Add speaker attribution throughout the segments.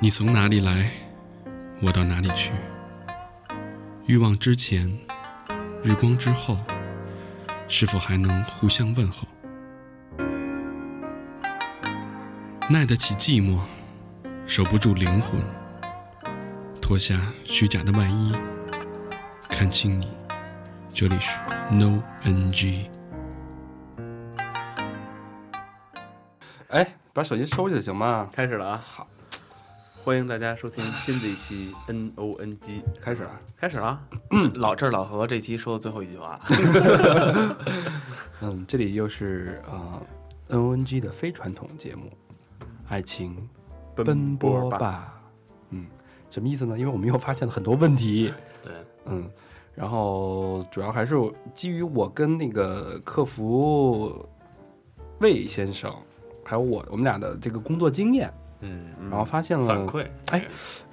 Speaker 1: 你从哪里来，我到哪里去。欲望之前，日光之后，是否还能互相问候？耐得起寂寞，守不住灵魂。脱下虚假的外衣，看清你。这里是 No NG。
Speaker 2: 哎，把手机收起来行吗？
Speaker 3: 开始了啊！
Speaker 2: 操，
Speaker 3: 欢迎大家收听新的一期 N O N G，
Speaker 2: 开始了。
Speaker 3: 开始了啊！老这是老何这期说的最后一句话，
Speaker 2: 嗯，这里又是啊、呃、，NONG 的非传统节目《爱情奔波
Speaker 3: 吧。
Speaker 2: 吧》。嗯，什么意思呢？因为我们又发现了很多问题。
Speaker 3: 对，
Speaker 2: 嗯，然后主要还是基于我跟那个客服魏先生，还有我我们俩的这个工作经验，
Speaker 4: 嗯，
Speaker 2: 然后发现了
Speaker 4: 反馈，
Speaker 2: 哎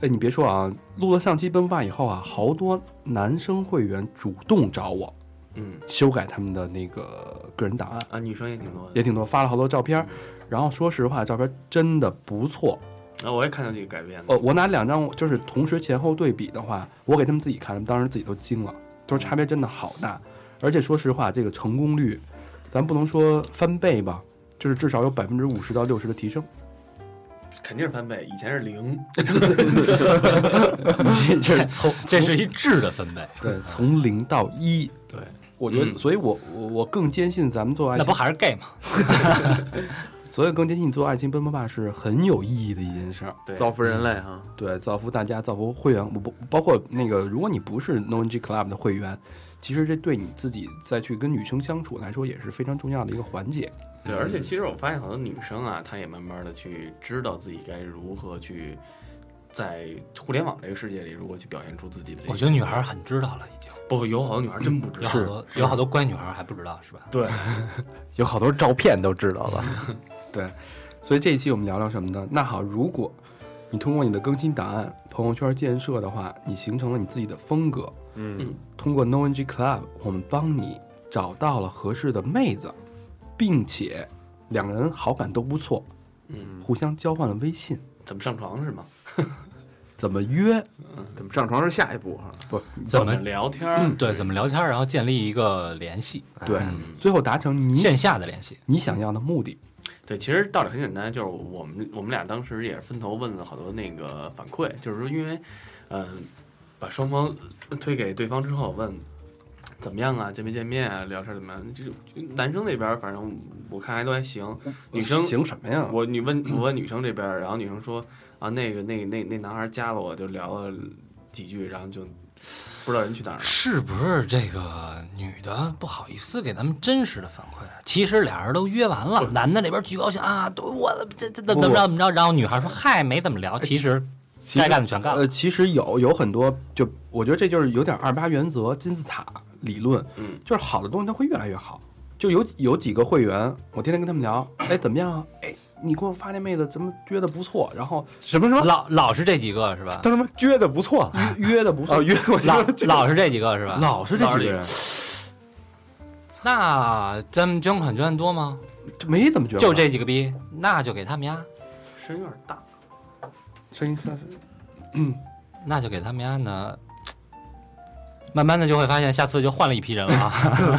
Speaker 2: 哎，你别说啊，录了上期奔发以后啊，好多男生会员主动找我
Speaker 3: 嗯
Speaker 2: 修改他们的那个个人档案，
Speaker 3: 啊，女生也挺多的
Speaker 2: 也，挺多，发了好多照片儿。然后说实话，照片真的不错。
Speaker 3: 啊，我也看到几个改变的，
Speaker 2: 呃，我拿两张就是同时前后对比的话，我给他们自己看，他们当时自己都惊了，都是差别真的好大。而且说实话，这个成功率，咱不能说翻倍吧，就是至少有百分之五十到六十的提升。
Speaker 3: 肯定是翻倍，以前是零，
Speaker 2: 这这 是
Speaker 4: 从 这是嗯一质的分类，
Speaker 2: 对，从零到 一，
Speaker 3: 对，
Speaker 2: 我觉得，所以我我我更坚信咱们做爱
Speaker 4: 那
Speaker 2: 情
Speaker 4: 不，还是 gay 吗？
Speaker 2: 所以更坚信做爱情奔波吧是很有意义的一件事儿。
Speaker 3: 对
Speaker 5: 造福人类哈。
Speaker 2: 对，造福大家，造福会员，我不包括那个，如果你不是 NoNG Club 的会员，其实这对你自己再去跟女生相处来说也是非常重要的一个环节。
Speaker 3: 对，而且其实我发现好多女生啊，她也慢慢的去知道自己该如何去在互联网这个世界里，如何去表现出自己的这个。
Speaker 4: 我觉得女孩很知道了，已经
Speaker 3: 包括有好多女孩真不知
Speaker 4: 有
Speaker 3: 道，
Speaker 4: 好多有好多乖女孩还不知道是吧？
Speaker 3: 对，
Speaker 5: 有好多照片都知道了，
Speaker 2: 对，所以这一期我们聊聊什么呢？那好，如果你通过你的更新档案、朋友圈建设的话，你形成了你自己的风格。
Speaker 5: 嗯，
Speaker 2: 通过 NoNG Club，我们帮你找到了合适的妹子，并且两个人好感都不错，
Speaker 3: 嗯，
Speaker 2: 互相交换了微信，
Speaker 3: 怎么上床是吗？
Speaker 2: 怎么约？
Speaker 5: 嗯怎么上床是下一步啊哈？
Speaker 2: 不，
Speaker 4: 嗯怎么嗯
Speaker 3: 聊天儿？
Speaker 4: 对怎么聊天，然后建立一个联系，
Speaker 2: 对
Speaker 4: 嗯，
Speaker 2: 最后达成你
Speaker 4: 线下的联系。
Speaker 2: 你想要的目的。
Speaker 3: 对，其实道理很简单，就是我们我们俩当时也是分头问了好多那个反馈，就是说因为，嗯、把双方推给对方之后问怎么样啊，见没见面啊，聊天怎么样？就就男生那边儿反正我看还都还行，女生
Speaker 2: 嗯行嗯什么呀？
Speaker 3: 我你问我问女生这边儿，然后女生说啊那个那个那那男孩加了我就聊了几句，然后就不知道人去哪儿了。
Speaker 4: 是不是这个女的不好意思给咱们真实的反馈？啊其实俩人都约完了，男的那边巨高兴啊，都我这这怎么怎么着怎么着，然后女孩说嗨没怎么聊，哎其实
Speaker 2: 其实
Speaker 4: 该干的全干了
Speaker 2: 呃，。其实有有很多，就我觉得这就是有点二八原则、金字塔理论，
Speaker 3: 嗯，
Speaker 2: 就是好的东西它会越来越好。就有有几个会员，我天天跟他们聊，哎，怎么样啊？哎，你给我发那妹子，怎么觉得不错？然后
Speaker 5: 什么什么？
Speaker 4: 老老是这几个是吧？
Speaker 5: 他他妈撅的不错
Speaker 2: 约的不错，
Speaker 5: 哦，约我觉
Speaker 4: 老
Speaker 5: 得这
Speaker 4: 老是这几个是吧？
Speaker 2: 老是这几个人，
Speaker 4: 那咱们捐款捐得多吗？
Speaker 2: 就没怎么觉得，
Speaker 4: 就这几个逼，那就给他们呀，
Speaker 3: 声音有点大，
Speaker 2: 声音算是
Speaker 4: 那就给他们呀呢。慢慢的就会发现，下次就换了一批人了 啊。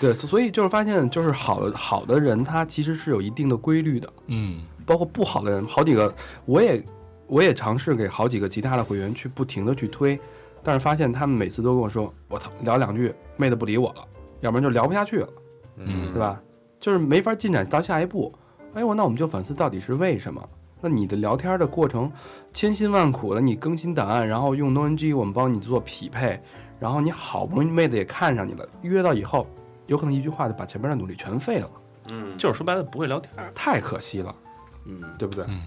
Speaker 2: 对，所所以就是发现，就是好的好的人，他其实是有一定的规律的，
Speaker 4: 嗯，
Speaker 2: 包括不好的人，好几个我也我也尝试给好几个其他的会员去不停的去推，但是发现他们每次都跟我说，我操，聊两句妹子不理我了，要不然就聊不下去了，
Speaker 4: 嗯
Speaker 2: 对吧？就是没法进展到下一步。哎我那我们就反思到底是为什么？那你的聊天的过程千辛万苦了，你更新档案，然后用 NoNG 我们帮你做匹配，然后你好不容易妹子也看上你了，约到以后，有可能一句话就把前面的努力全废了，
Speaker 3: 嗯就是说白了不会聊天儿。
Speaker 2: 太可惜了，
Speaker 3: 嗯，
Speaker 2: 对不对？
Speaker 4: 嗯，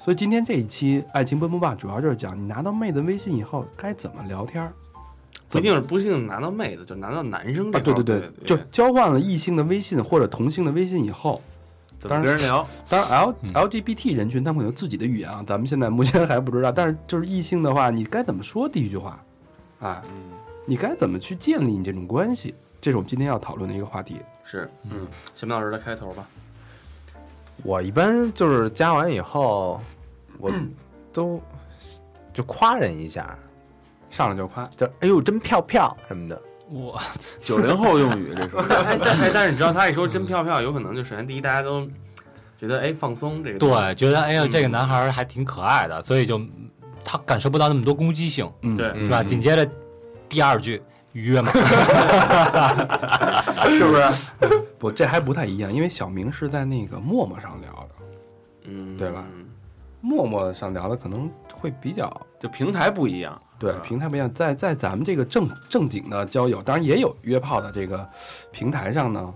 Speaker 2: 所以今天这一期《爱情奔波吧》主要就是讲你拿到妹子微信以后该怎么聊天儿
Speaker 3: 不一定是不一定拿到妹子，就拿到男生
Speaker 2: 啊？对
Speaker 3: 这块儿、
Speaker 2: 对
Speaker 3: 对
Speaker 2: 对，就交换了异性的微信或者同性的微信以后，
Speaker 5: 怎
Speaker 2: 当
Speaker 5: 么
Speaker 2: 然
Speaker 5: 跟人聊？
Speaker 2: 当然 L
Speaker 4: 嗯
Speaker 2: LGBT 人群他们有自己的语言啊，咱们现在目前还不知道。但是就是异性的话，你该怎么说第一句话？啊，
Speaker 3: 嗯
Speaker 2: 你该怎么去建立你这种关系？这是我们今天要讨论的一个话题。
Speaker 3: 是，嗯，小明老师的开头吧，
Speaker 5: 我一般就是加完以后，我都就夸人一下，
Speaker 2: 上来就夸，
Speaker 5: 就哎呦真漂漂什么的。
Speaker 4: 我
Speaker 6: 九零后用语，这属于。
Speaker 3: 哎，但哎但是你知道，他一说真票票，有可能就首先第一，大家都觉得哎放松这个东西
Speaker 4: 对觉得哎呦
Speaker 3: 嗯
Speaker 4: 这个男孩儿还挺可爱的，所以就他感受不到那么多攻击性，
Speaker 2: 嗯，
Speaker 3: 对，
Speaker 4: 是吧？紧接着第二句 约嘛，
Speaker 5: 是不是？
Speaker 2: 不，这还不太一样，因为小明是在那个陌陌上聊的，
Speaker 3: 嗯，
Speaker 2: 对吧？陌陌上聊的可能会比较
Speaker 6: 就平台不一样，
Speaker 2: 对
Speaker 6: 啊
Speaker 2: 平台不一样，在在咱们这个正正经的交友，当然也有约炮的这个平台上呢，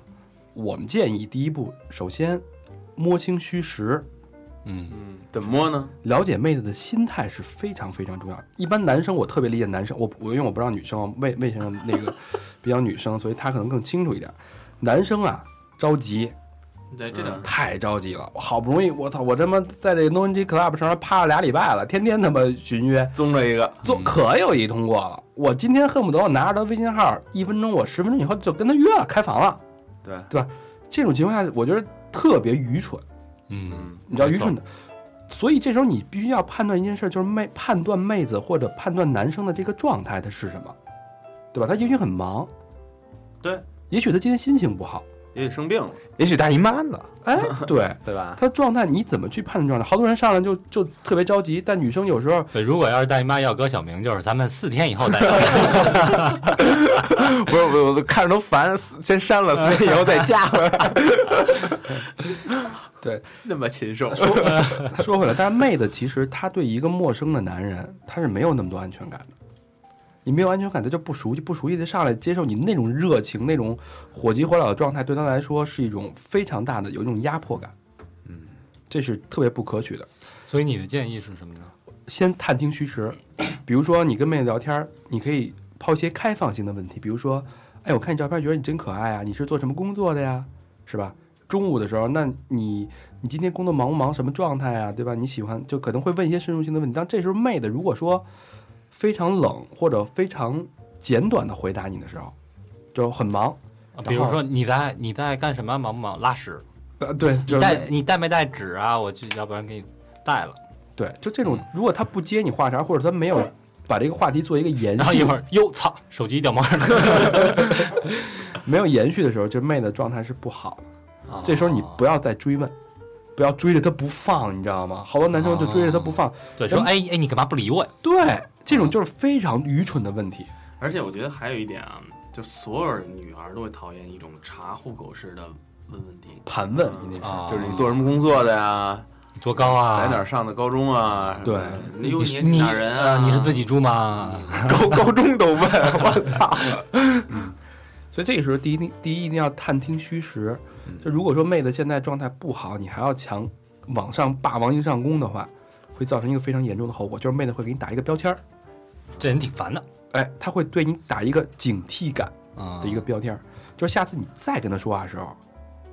Speaker 2: 我们建议第一步，首先摸清虚实，
Speaker 4: 嗯，
Speaker 6: 嗯，怎么摸呢？
Speaker 2: 了解妹子的心态是非常非常重要的。一般男生我特别理解男生，我我因为我不知道女生啊，魏魏先生那个比较女生，所以他可能更清楚一点。男生啊，着急，
Speaker 3: 对这点儿
Speaker 2: 太着急了，好不容易我操，我他妈在这 No N G Club 上趴了俩礼拜了，天天他妈寻约，
Speaker 6: 棕了一个，
Speaker 2: 做可有一通过了。我今天恨不得我拿着他微信号，一分钟我十分钟以后就跟他约了，开房了。
Speaker 6: 对
Speaker 2: 这种情况下，我觉得特别愚蠢，
Speaker 4: 嗯，
Speaker 6: 嗯，
Speaker 2: 你知道
Speaker 4: 没
Speaker 2: 愚
Speaker 4: 错
Speaker 2: 蠢的。所以这时候你必须要判断一件事，就是妹判断妹子或者判断男生的这个状态，他是什么，对吧？他也许很忙，
Speaker 3: 对，
Speaker 2: 也许他今天心情不好，
Speaker 6: 也许生病了，
Speaker 5: 也许大姨妈呢，
Speaker 2: 哎，对
Speaker 5: 对吧？
Speaker 2: 他状态你怎么去判断状态？好多人上来就就特别着急，但女生有时 候
Speaker 4: 对，如果要是大姨妈要搁小明，就是咱们四天以后再聊。
Speaker 5: 不是，我我看着都烦，先删了，所以以后再加回来。
Speaker 6: 那么禽兽，
Speaker 2: 说回来，但是妹子其实她对一个陌生的男人，她是没有那么多安全感的。你没有安全感，她就不熟悉，不熟悉的上来接受你那种热情、那种火急火燎的状态，对她来说是一种非常大的有一种压迫感。嗯，这是特别不可取的。
Speaker 4: 所以你的建议是什么呢？
Speaker 2: 先探听虚实，比如说你跟妹子聊天儿，你可以抛一些开放性的问题，比如说，哎，我看你照片觉得你真可爱啊，你是做什么工作的呀，是吧？中午的时候，那你你今天工作忙不忙，什么状态啊，对吧？你喜欢就可能会问一些深入性的问题。但这时候妹子如果说非常冷或者非常简短的回答你的时候，就很忙，
Speaker 4: 啊比如说你在你在干什么？忙不忙？拉屎？
Speaker 2: 呃，对，就
Speaker 4: 你带
Speaker 2: 是
Speaker 4: 你带没带纸啊？我去，要不然给你带了。
Speaker 2: 对，就这种，
Speaker 4: 嗯
Speaker 2: 如果他不接你话茬，或者他没有把这个话题做一个延续，
Speaker 4: 然后一会儿，哟操，手机掉毛上了。
Speaker 2: 没有延续的时候，这妹的状态是不好的
Speaker 4: 哦。
Speaker 2: 这时候你不要再追问，不要追着她不放，你知道吗？好多男生就追着她不放。
Speaker 4: 对，说哎哎，你干嘛不理我呀？
Speaker 2: 对，这种就是非常愚蠢的问题。
Speaker 3: 而且我觉得还有一点啊，就所有女孩都会讨厌一种查户口式的问问题。
Speaker 2: 盘问，你那是
Speaker 4: 啊，
Speaker 6: 就是你做什么工作的呀？
Speaker 4: 你多高啊？
Speaker 6: 在哪儿上的高中啊？
Speaker 2: 对
Speaker 3: 你有
Speaker 4: 你是
Speaker 3: 你
Speaker 4: 你
Speaker 3: 哪儿人啊？
Speaker 4: 呃你是自己住吗？
Speaker 5: 高高中都问，我操！
Speaker 2: 所以这个时候，第一定第一一定要探听虚实。
Speaker 4: 嗯
Speaker 2: 就如果说妹子现在状态不好，你还要强往上霸王硬上弓的话，会造成一个非常严重的后果，就是妹子会给你打一个标签儿，
Speaker 4: 这人挺烦的。
Speaker 2: 哎，她会对你打一个警惕感
Speaker 4: 啊
Speaker 2: 的一个标签儿，就是下次你再跟她说话的时候，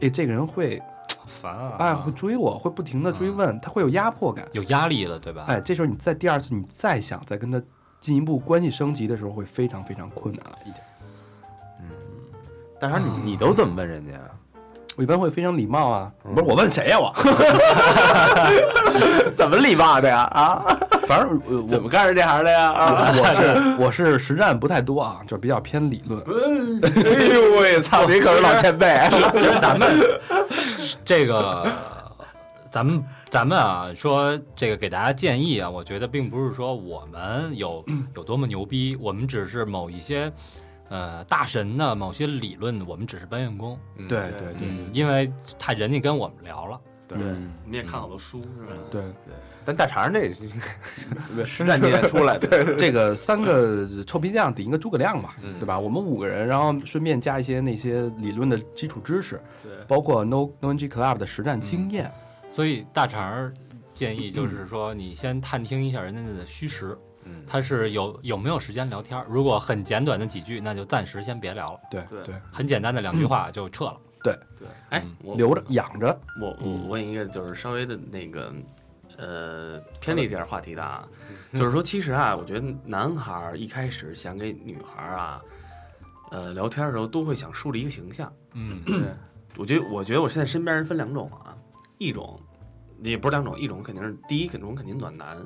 Speaker 2: 哎，这个人会
Speaker 4: 烦啊！
Speaker 2: 哎，会追我，会不停的追问，他会有压迫感。
Speaker 4: 有压力了，对吧？
Speaker 2: 哎，这时候你再第二次你再想再跟他进一步关系升级的时候，会非常非常困难了。已经，
Speaker 5: 大成，你你都怎么问人家啊？
Speaker 2: 我一般会非常礼貌啊，不是我问谁呀、我，
Speaker 5: 怎么礼貌的呀？啊，
Speaker 2: 反正呃
Speaker 5: 怎
Speaker 2: 我
Speaker 5: 么干这行的呀？啊，
Speaker 2: 我 是我是实战不太多啊，就比较偏理论。
Speaker 5: 哎呦喂，操！你可是老前辈，
Speaker 4: 咱们这个，咱们咱们啊，说这个给大家建议啊，我觉得并不是说我们有有多么牛逼，我们只是某一些呃大神的某些理论，我们只是搬运工。
Speaker 2: 对对对
Speaker 4: 嗯，因为他人家跟我们聊了，
Speaker 3: 对，
Speaker 2: 嗯
Speaker 3: 你也看好多书是吧？
Speaker 2: 对，
Speaker 5: 但大肠这
Speaker 6: 实战经验出来的，
Speaker 2: 这个三个臭皮匠顶一个诸葛亮嘛，对吧？我们五个人，然后顺便加一些那些理论的基础知识，包括 No No N G Club 的实战经验。
Speaker 4: 所以大肠儿建议就是说，你先探听一下人家的虚实。
Speaker 5: 嗯
Speaker 4: 他是有有没有时间聊天儿？如果很简短的几句，那就暂时先别聊了。
Speaker 2: 对
Speaker 6: 对
Speaker 2: 对，
Speaker 4: 很简单的两句话就撤了。
Speaker 3: 哎，我
Speaker 2: 留着养着。
Speaker 3: 我我
Speaker 4: 嗯
Speaker 3: 我问一个，就是稍微的那个，呃，偏离一点话题的 啊，就是说，其实啊，我觉得男孩儿一开始想给女孩儿啊，呃，聊天的时候都会想树立一个形象。
Speaker 4: 嗯，
Speaker 3: 我觉得，我觉得我现在身边人分两种啊，一种也不是两种，一种肯定是第一种肯定暖男，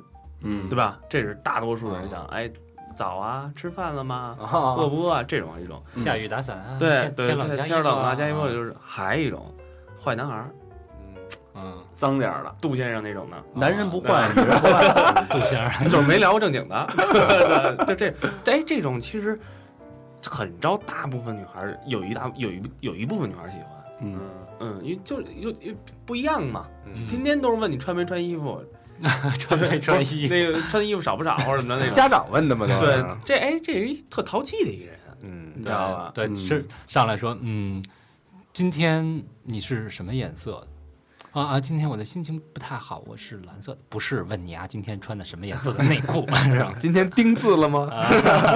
Speaker 2: 嗯
Speaker 3: 对吧？这是大多数的人想，哎，早啊，吃饭了吗？饿
Speaker 4: 啊，
Speaker 3: 不饿啊？这种一种，
Speaker 4: 下雨打伞啊，
Speaker 3: 对
Speaker 4: 天
Speaker 3: 对，
Speaker 4: 天冷
Speaker 3: 天
Speaker 4: 加
Speaker 3: 天冷啊，
Speaker 4: 啊，
Speaker 3: 加衣服就是还一种坏男孩儿，
Speaker 4: 嗯，
Speaker 6: 脏点儿的，
Speaker 3: 杜先生那种的，
Speaker 2: 啊男人不坏，女人不爱。
Speaker 4: 杜先 生，
Speaker 3: 就是没聊过正经的， 就这，哎，这种其实很招大部分女孩儿，有一大有一有一部分女孩儿喜欢。
Speaker 2: 嗯，
Speaker 3: 嗯，因为就是又又不一样嘛，
Speaker 4: 嗯
Speaker 3: 天天都是问你穿没穿衣服，
Speaker 4: 穿没穿衣服，
Speaker 3: 那个穿衣服少不少或者什么的那 种。
Speaker 5: 家长问的嘛，都是
Speaker 3: 对，这哎，这人特淘气的一个人，
Speaker 5: 嗯，
Speaker 3: 你知道吧？
Speaker 4: 对，
Speaker 2: 嗯
Speaker 4: 是上来说，嗯，今天你是什么颜色的？啊啊！今天我的心情不太好，我是蓝色的，不是问你啊，今天穿的什么颜色的内裤 是吧？
Speaker 5: 今天钉字了吗？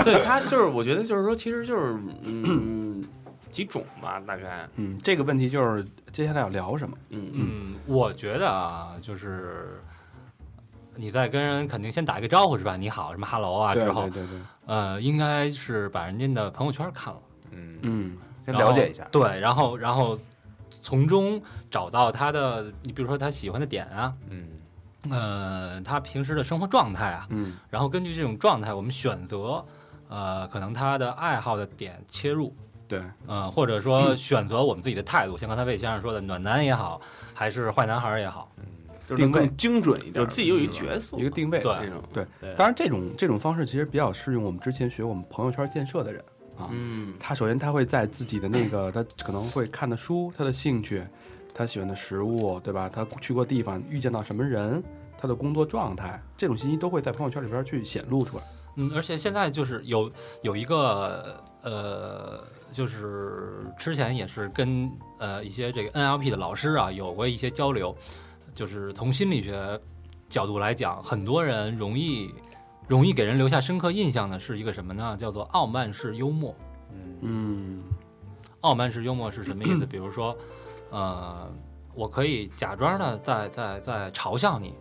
Speaker 3: 对他就是，我觉得就是说，其实就是嗯几种吧，大概
Speaker 2: 嗯，这个问题就是接下来要聊什么？
Speaker 3: 嗯
Speaker 4: 嗯，我觉得啊，就是你在跟人肯定先打一个招呼是吧？你好，什么 hello 啊，
Speaker 2: 对
Speaker 4: 之后
Speaker 2: 对对对，
Speaker 4: 呃，应该是把人家的朋友圈看了，
Speaker 5: 嗯，
Speaker 2: 嗯
Speaker 5: 先
Speaker 4: 然后
Speaker 5: 了解一下。
Speaker 4: 对，然后然后从中找到他的，你比如说他喜欢的点啊，
Speaker 5: 嗯，
Speaker 4: 呃，他平时的生活状态啊，
Speaker 2: 嗯
Speaker 4: 然后根据这种状态，我们选择呃，可能他的爱好的点切入，
Speaker 2: 对，
Speaker 4: 呃，或者说选择我们自己的态度，像刚才魏先生说的，暖男也好，还是坏男孩儿也好，
Speaker 6: 就是能
Speaker 2: 定位
Speaker 6: 更精准一点
Speaker 3: 有
Speaker 6: 儿，
Speaker 3: 自己有一角色
Speaker 2: 一个定位。
Speaker 4: 对
Speaker 3: 这种，
Speaker 2: 当然这种这种方式其实比较适用我们之前学我们朋友圈建设的人啊。
Speaker 3: 嗯
Speaker 2: 他首先他会在自己的那个他可能会看的书、他的兴趣、他喜欢的食物，对吧？他去过地方遇见到什么人，他的工作状态，这种信息都会在朋友圈里边去显露出来。
Speaker 4: 嗯，而且现在就是有有一个呃，就是之前也是跟呃一些这个 NLP 的老师啊有过一些交流，就是从心理学角度来讲，很多人容易容易给人留下深刻印象的是一个什么呢？叫做傲慢式幽默。
Speaker 2: 嗯
Speaker 4: 傲慢式幽默是什么意思？比如说，呃，我可以假装的在在在嘲笑你，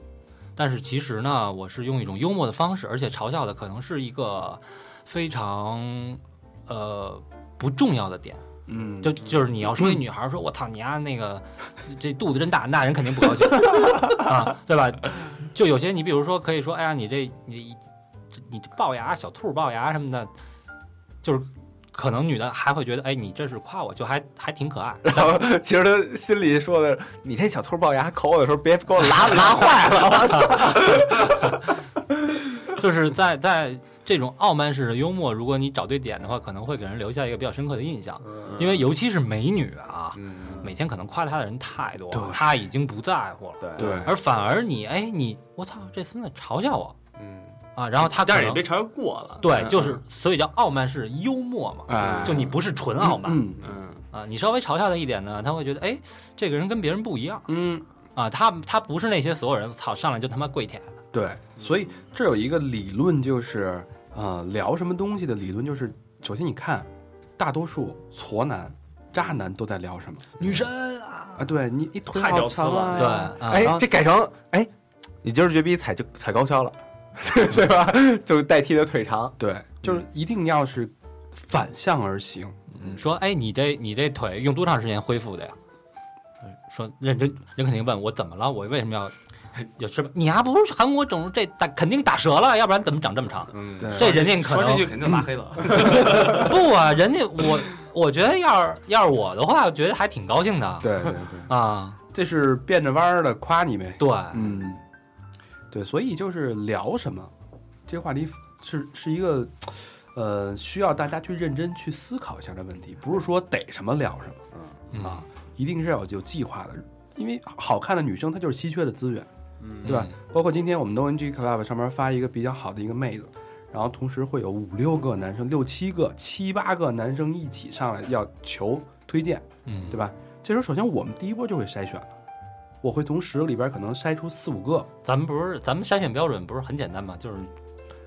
Speaker 4: 但是其实呢，我是用一种幽默的方式，而且嘲笑的可能是一个非常呃不重要的点。
Speaker 2: 嗯
Speaker 4: 就就是你要说一女孩儿说“我操你丫、那个这肚子真大”，那人肯定不高兴 啊，对吧？就有些你比如说可以说“哎呀，你这你这你这龅牙小兔龅牙什么的”，就是可能女的还会觉得“哎，你这是夸我”，就还还挺可爱。
Speaker 5: 然后其实他心里说的，你这小兔龅牙口我的时候，别给我拉拉坏了。
Speaker 4: 就是在在这种傲慢式的幽默，如果你找对点的话，可能会给人留下一个比较深刻的印象，
Speaker 2: 嗯
Speaker 4: 因为尤其是美女啊，
Speaker 5: 嗯，
Speaker 4: 每天可能夸她的人太多了
Speaker 2: 对，
Speaker 4: 她已经不在乎了。
Speaker 5: 对，
Speaker 2: 对，
Speaker 4: 而反而你，哎，你，我操，这孙子嘲笑我
Speaker 5: 嗯，
Speaker 4: 啊！然后他可
Speaker 3: 但是也
Speaker 4: 能
Speaker 3: 别朝过了，
Speaker 4: 对，
Speaker 3: 嗯
Speaker 4: 就是所以叫傲慢是幽默嘛，
Speaker 2: 哎
Speaker 4: 就你不是纯傲慢、
Speaker 2: 嗯
Speaker 3: 嗯
Speaker 4: 啊，你稍微嘲笑他一点呢，他会觉得，哎，这个人跟别人不一样
Speaker 2: 嗯，
Speaker 4: 啊，他他不是那些所有人，操，上来就他妈跪舔的，
Speaker 2: 对，所以这有一个理论就是，呃，聊什么东西的理论就是，首先你看，大多数矬男、渣男都在聊什么
Speaker 4: 女神啊，
Speaker 2: 啊？对你一腿
Speaker 3: 太
Speaker 2: 好
Speaker 3: 屌丝
Speaker 2: 长
Speaker 3: 了
Speaker 2: 啊，
Speaker 4: 对，啊，
Speaker 5: 哎
Speaker 2: 啊，
Speaker 5: 这改成哎，你今儿绝逼踩就踩高 跷了，对吧？就代替的腿长。
Speaker 2: 对，就是一定要是反向而行，
Speaker 4: 说，哎，你这你这腿用多长时间恢复的呀？嗯说认真，人肯定问我怎么了，我为什么要有吃？你丫、不是韩国整这打肯定打折了，要不然怎么长这么长？
Speaker 5: 嗯
Speaker 2: 对
Speaker 4: 这人家可
Speaker 3: 说这
Speaker 4: 能嗯
Speaker 3: 句肯定拉黑了，
Speaker 4: 不啊，人家我我觉得要是要是我的话，我觉得还挺高兴的。
Speaker 2: 对对对，
Speaker 4: 啊，
Speaker 2: 这是变着弯儿的夸你呗。
Speaker 4: 对，
Speaker 2: 嗯，对，所以就是聊什么，这个话题是是一个，呃，需要大家去认真去思考一下的问题，不是说逮什么聊什么。
Speaker 4: 嗯
Speaker 2: 啊，一定是要有计划的，因为好看的女生她就是稀缺的资源，
Speaker 3: 嗯
Speaker 2: 对吧？包括今天我们 ONG Club 上面发一个比较好的一个妹子，然后同时会有五六个男生、六七个、七八个男生一起上来要求推荐，
Speaker 4: 嗯？嗯，
Speaker 2: 对吧？这时候首先我们第一波就会筛选了，我会从十个里边可能筛出四五个
Speaker 4: 咱们不是咱们筛选标准不是很简单吗？就是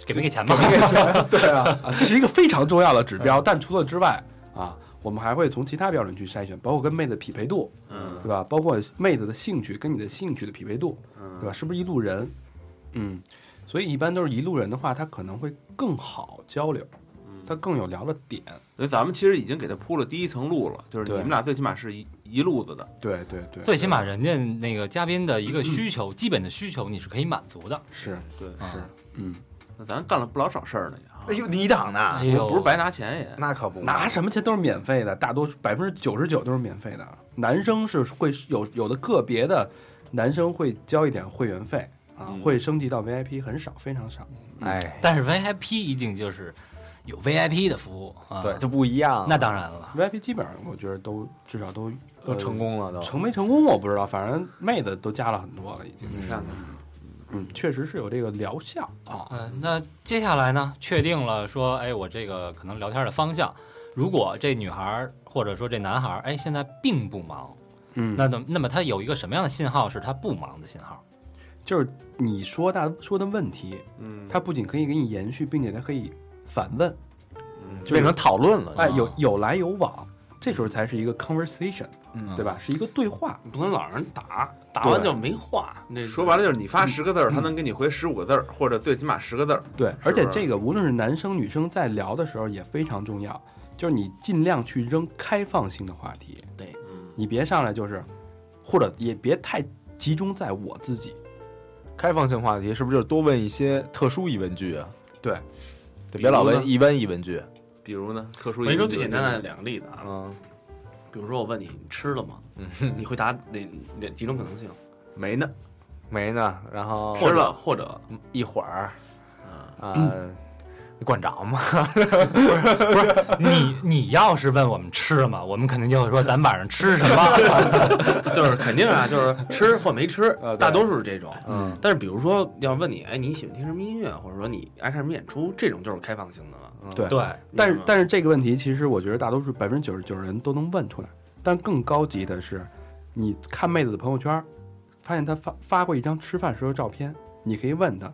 Speaker 4: 给没给钱吧。
Speaker 2: 啊，这是一个非常重要的指
Speaker 3: 嗯
Speaker 2: 标，但除了之外啊。我们还会从其他标准去筛选，包括跟妹子匹配度，
Speaker 3: 嗯
Speaker 2: 对吧？包括妹子的兴趣跟你的兴趣的匹配度，对
Speaker 3: 嗯
Speaker 2: 吧？是不是一路人？嗯，所以一般都是一路人的话，他可能会更好交流。
Speaker 3: 嗯
Speaker 2: 它更有聊的点。
Speaker 6: 所以咱们其实已经给他铺了第一层路了，就是你
Speaker 2: 对
Speaker 6: 们俩最起码是一一路子的，
Speaker 2: 对对对，
Speaker 4: 最起码人家那个嘉宾的一个需求，基本的需求你是可以满足的。啊
Speaker 2: 是
Speaker 6: 对，
Speaker 2: 是，嗯，
Speaker 6: 那咱干了不老少事儿呢也啊，
Speaker 5: 哎呦，你档呢
Speaker 4: 哎？呦，
Speaker 6: 不是白拿钱也，
Speaker 5: 那可不嘛，
Speaker 2: 拿什么钱都是免费的，大多数百分之九十九都是免费的。男生是会有有的个别的男生会交一点会员费啊，
Speaker 6: 嗯
Speaker 2: 会升级到 VIP，很少，非常少。
Speaker 5: 哎，
Speaker 4: 但是 VIP 一定就是有 VIP 的服务啊。
Speaker 5: 对，就不一样了，
Speaker 4: 那当然了。
Speaker 2: VIP 基本上我觉得都至少都
Speaker 5: 都成。功了
Speaker 2: 呃
Speaker 5: 都。
Speaker 2: 成没成功我不知道，反正妹子都加了很多了，已经。
Speaker 6: 你看看，
Speaker 2: 嗯，确实是有这个疗效啊。
Speaker 4: 嗯、那接下来呢？确定了说，哎，我这个可能聊天的方向，如果这女孩儿或者说这男孩儿，哎，现在并不忙，
Speaker 2: 嗯
Speaker 4: 那那那么他有一个什么样的信号是他不忙的信号？
Speaker 2: 就是你说大说的问题，
Speaker 6: 嗯，
Speaker 2: 它不仅可以给你延续，并且它可以反问，
Speaker 6: 嗯
Speaker 2: 就是
Speaker 5: 变成讨论了，
Speaker 2: 哎有有来有往，这时候才是一个 conversation，
Speaker 5: 嗯
Speaker 2: 对吧？是一个对话。
Speaker 3: 你不能老让人打，打完就没话。那
Speaker 6: 说白了就是你发十个字
Speaker 5: 嗯
Speaker 6: 儿，他能给你回十五个字儿，或者最起码十个字儿。
Speaker 2: 对，而且这个无论是男生女生在聊的时候也非常重要，就是你尽量去扔开放性的话题，
Speaker 6: 嗯，
Speaker 2: 你别上来就是，或者也别太集中在我自己。
Speaker 5: 开放性话题是不是就是多问一些特殊疑问句啊？
Speaker 2: 对，
Speaker 5: 对，别老
Speaker 6: 比如
Speaker 5: 问
Speaker 6: 呢
Speaker 5: 一问疑问句。
Speaker 6: 比如呢，特殊
Speaker 3: 我跟
Speaker 6: 一个
Speaker 3: 你说最简单的两个例子啊，
Speaker 5: 嗯，
Speaker 3: 比如说我问你你吃了吗？
Speaker 4: 嗯
Speaker 3: 你回答哪哪几种可能性？
Speaker 6: 没呢，
Speaker 5: 没呢。然后
Speaker 3: 或者或者
Speaker 5: 一会儿，
Speaker 6: 嗯
Speaker 5: 啊、你管着吗？
Speaker 4: 你你要是问我们吃什么，我们肯定就会说咱晚上吃什么。
Speaker 3: 就是肯定啊，就是吃或没吃
Speaker 5: 啊对，
Speaker 3: 大多数是这种。
Speaker 5: 嗯，
Speaker 3: 但是比如说要问你，哎，你喜欢听什么音乐，或者说你爱看什么演出，这种就是开放性的了。 嗯
Speaker 2: 对
Speaker 4: 对，
Speaker 2: 但是但是这个问题，其实我觉得大多数百分之九十九人都能问出来。但更高级的是，你看妹子的朋友圈，发现她发发过一张吃饭时候的照片，你可以问她，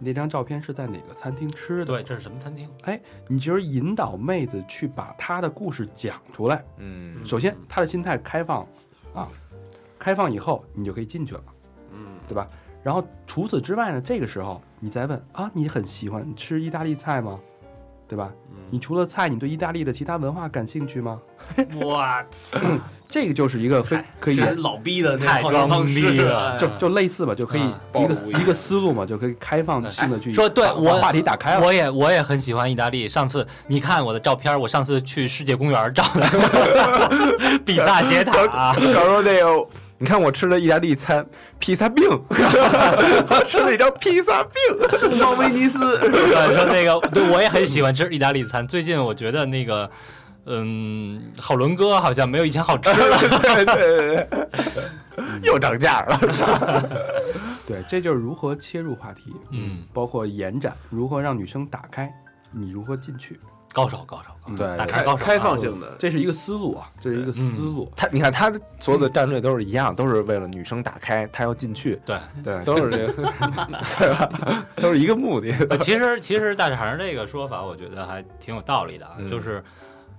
Speaker 2: 你那张照片是在哪个餐厅吃的？
Speaker 4: 对，这是什么餐厅？
Speaker 2: 你就是引导妹子去把她的故事讲出来。
Speaker 5: 嗯，
Speaker 2: 首先，她的心态开放啊，开放以后你就可以进去了，
Speaker 6: 嗯，
Speaker 2: 对吧？然后除此之外呢，这个时候你再问啊，你很喜欢吃意大利菜吗？对吧？
Speaker 4: 嗯
Speaker 2: 你除了菜，你对意大利的其他文化感兴趣 吗？
Speaker 4: 哇，
Speaker 2: 这个就是一个非可以
Speaker 3: 这是老逼的那
Speaker 4: 太
Speaker 3: 套路方
Speaker 4: 装逼
Speaker 3: 式哎
Speaker 4: 了
Speaker 2: 就就类似吧，就可以
Speaker 4: 啊
Speaker 2: 一
Speaker 6: 暴
Speaker 2: 个
Speaker 6: 露无遗
Speaker 2: 一个思路嘛，就可以开放性的去
Speaker 4: 说对
Speaker 2: 把
Speaker 4: 我
Speaker 2: 把话题打开了。
Speaker 4: 我也我也很喜欢意大利。上次你看我的照片，我上次去世界公园照的， 比萨斜塔、
Speaker 5: 到时候那个，你看我吃了意大利餐，披萨饼， 我吃了一张披萨 饼，奥维尼斯。
Speaker 4: 对，说那个，对我也很喜欢吃意大利餐。最近我觉得那个，嗯，好伦哥好像没有以前好吃了。
Speaker 5: 对对对对，又涨价了。
Speaker 2: 对，这就是如何切入话题，
Speaker 4: 嗯，
Speaker 2: 包括延展，如何让女生打开，你如何进去，
Speaker 4: 高手，高手，高手
Speaker 5: 对
Speaker 4: 打
Speaker 6: 开
Speaker 4: 开高手啊，
Speaker 6: 开放性的，
Speaker 2: 这是一个思路啊，这是一个思路。
Speaker 5: 他，你看他所有的战略都是一样，都是为了女生打开，他要进去，
Speaker 4: 对。
Speaker 2: 对，
Speaker 5: 都是这个， 对吧？都是一个目的。
Speaker 4: 呃其实其实大肠这个说法，我觉得还挺有道理的啊，
Speaker 5: 嗯
Speaker 4: 就是。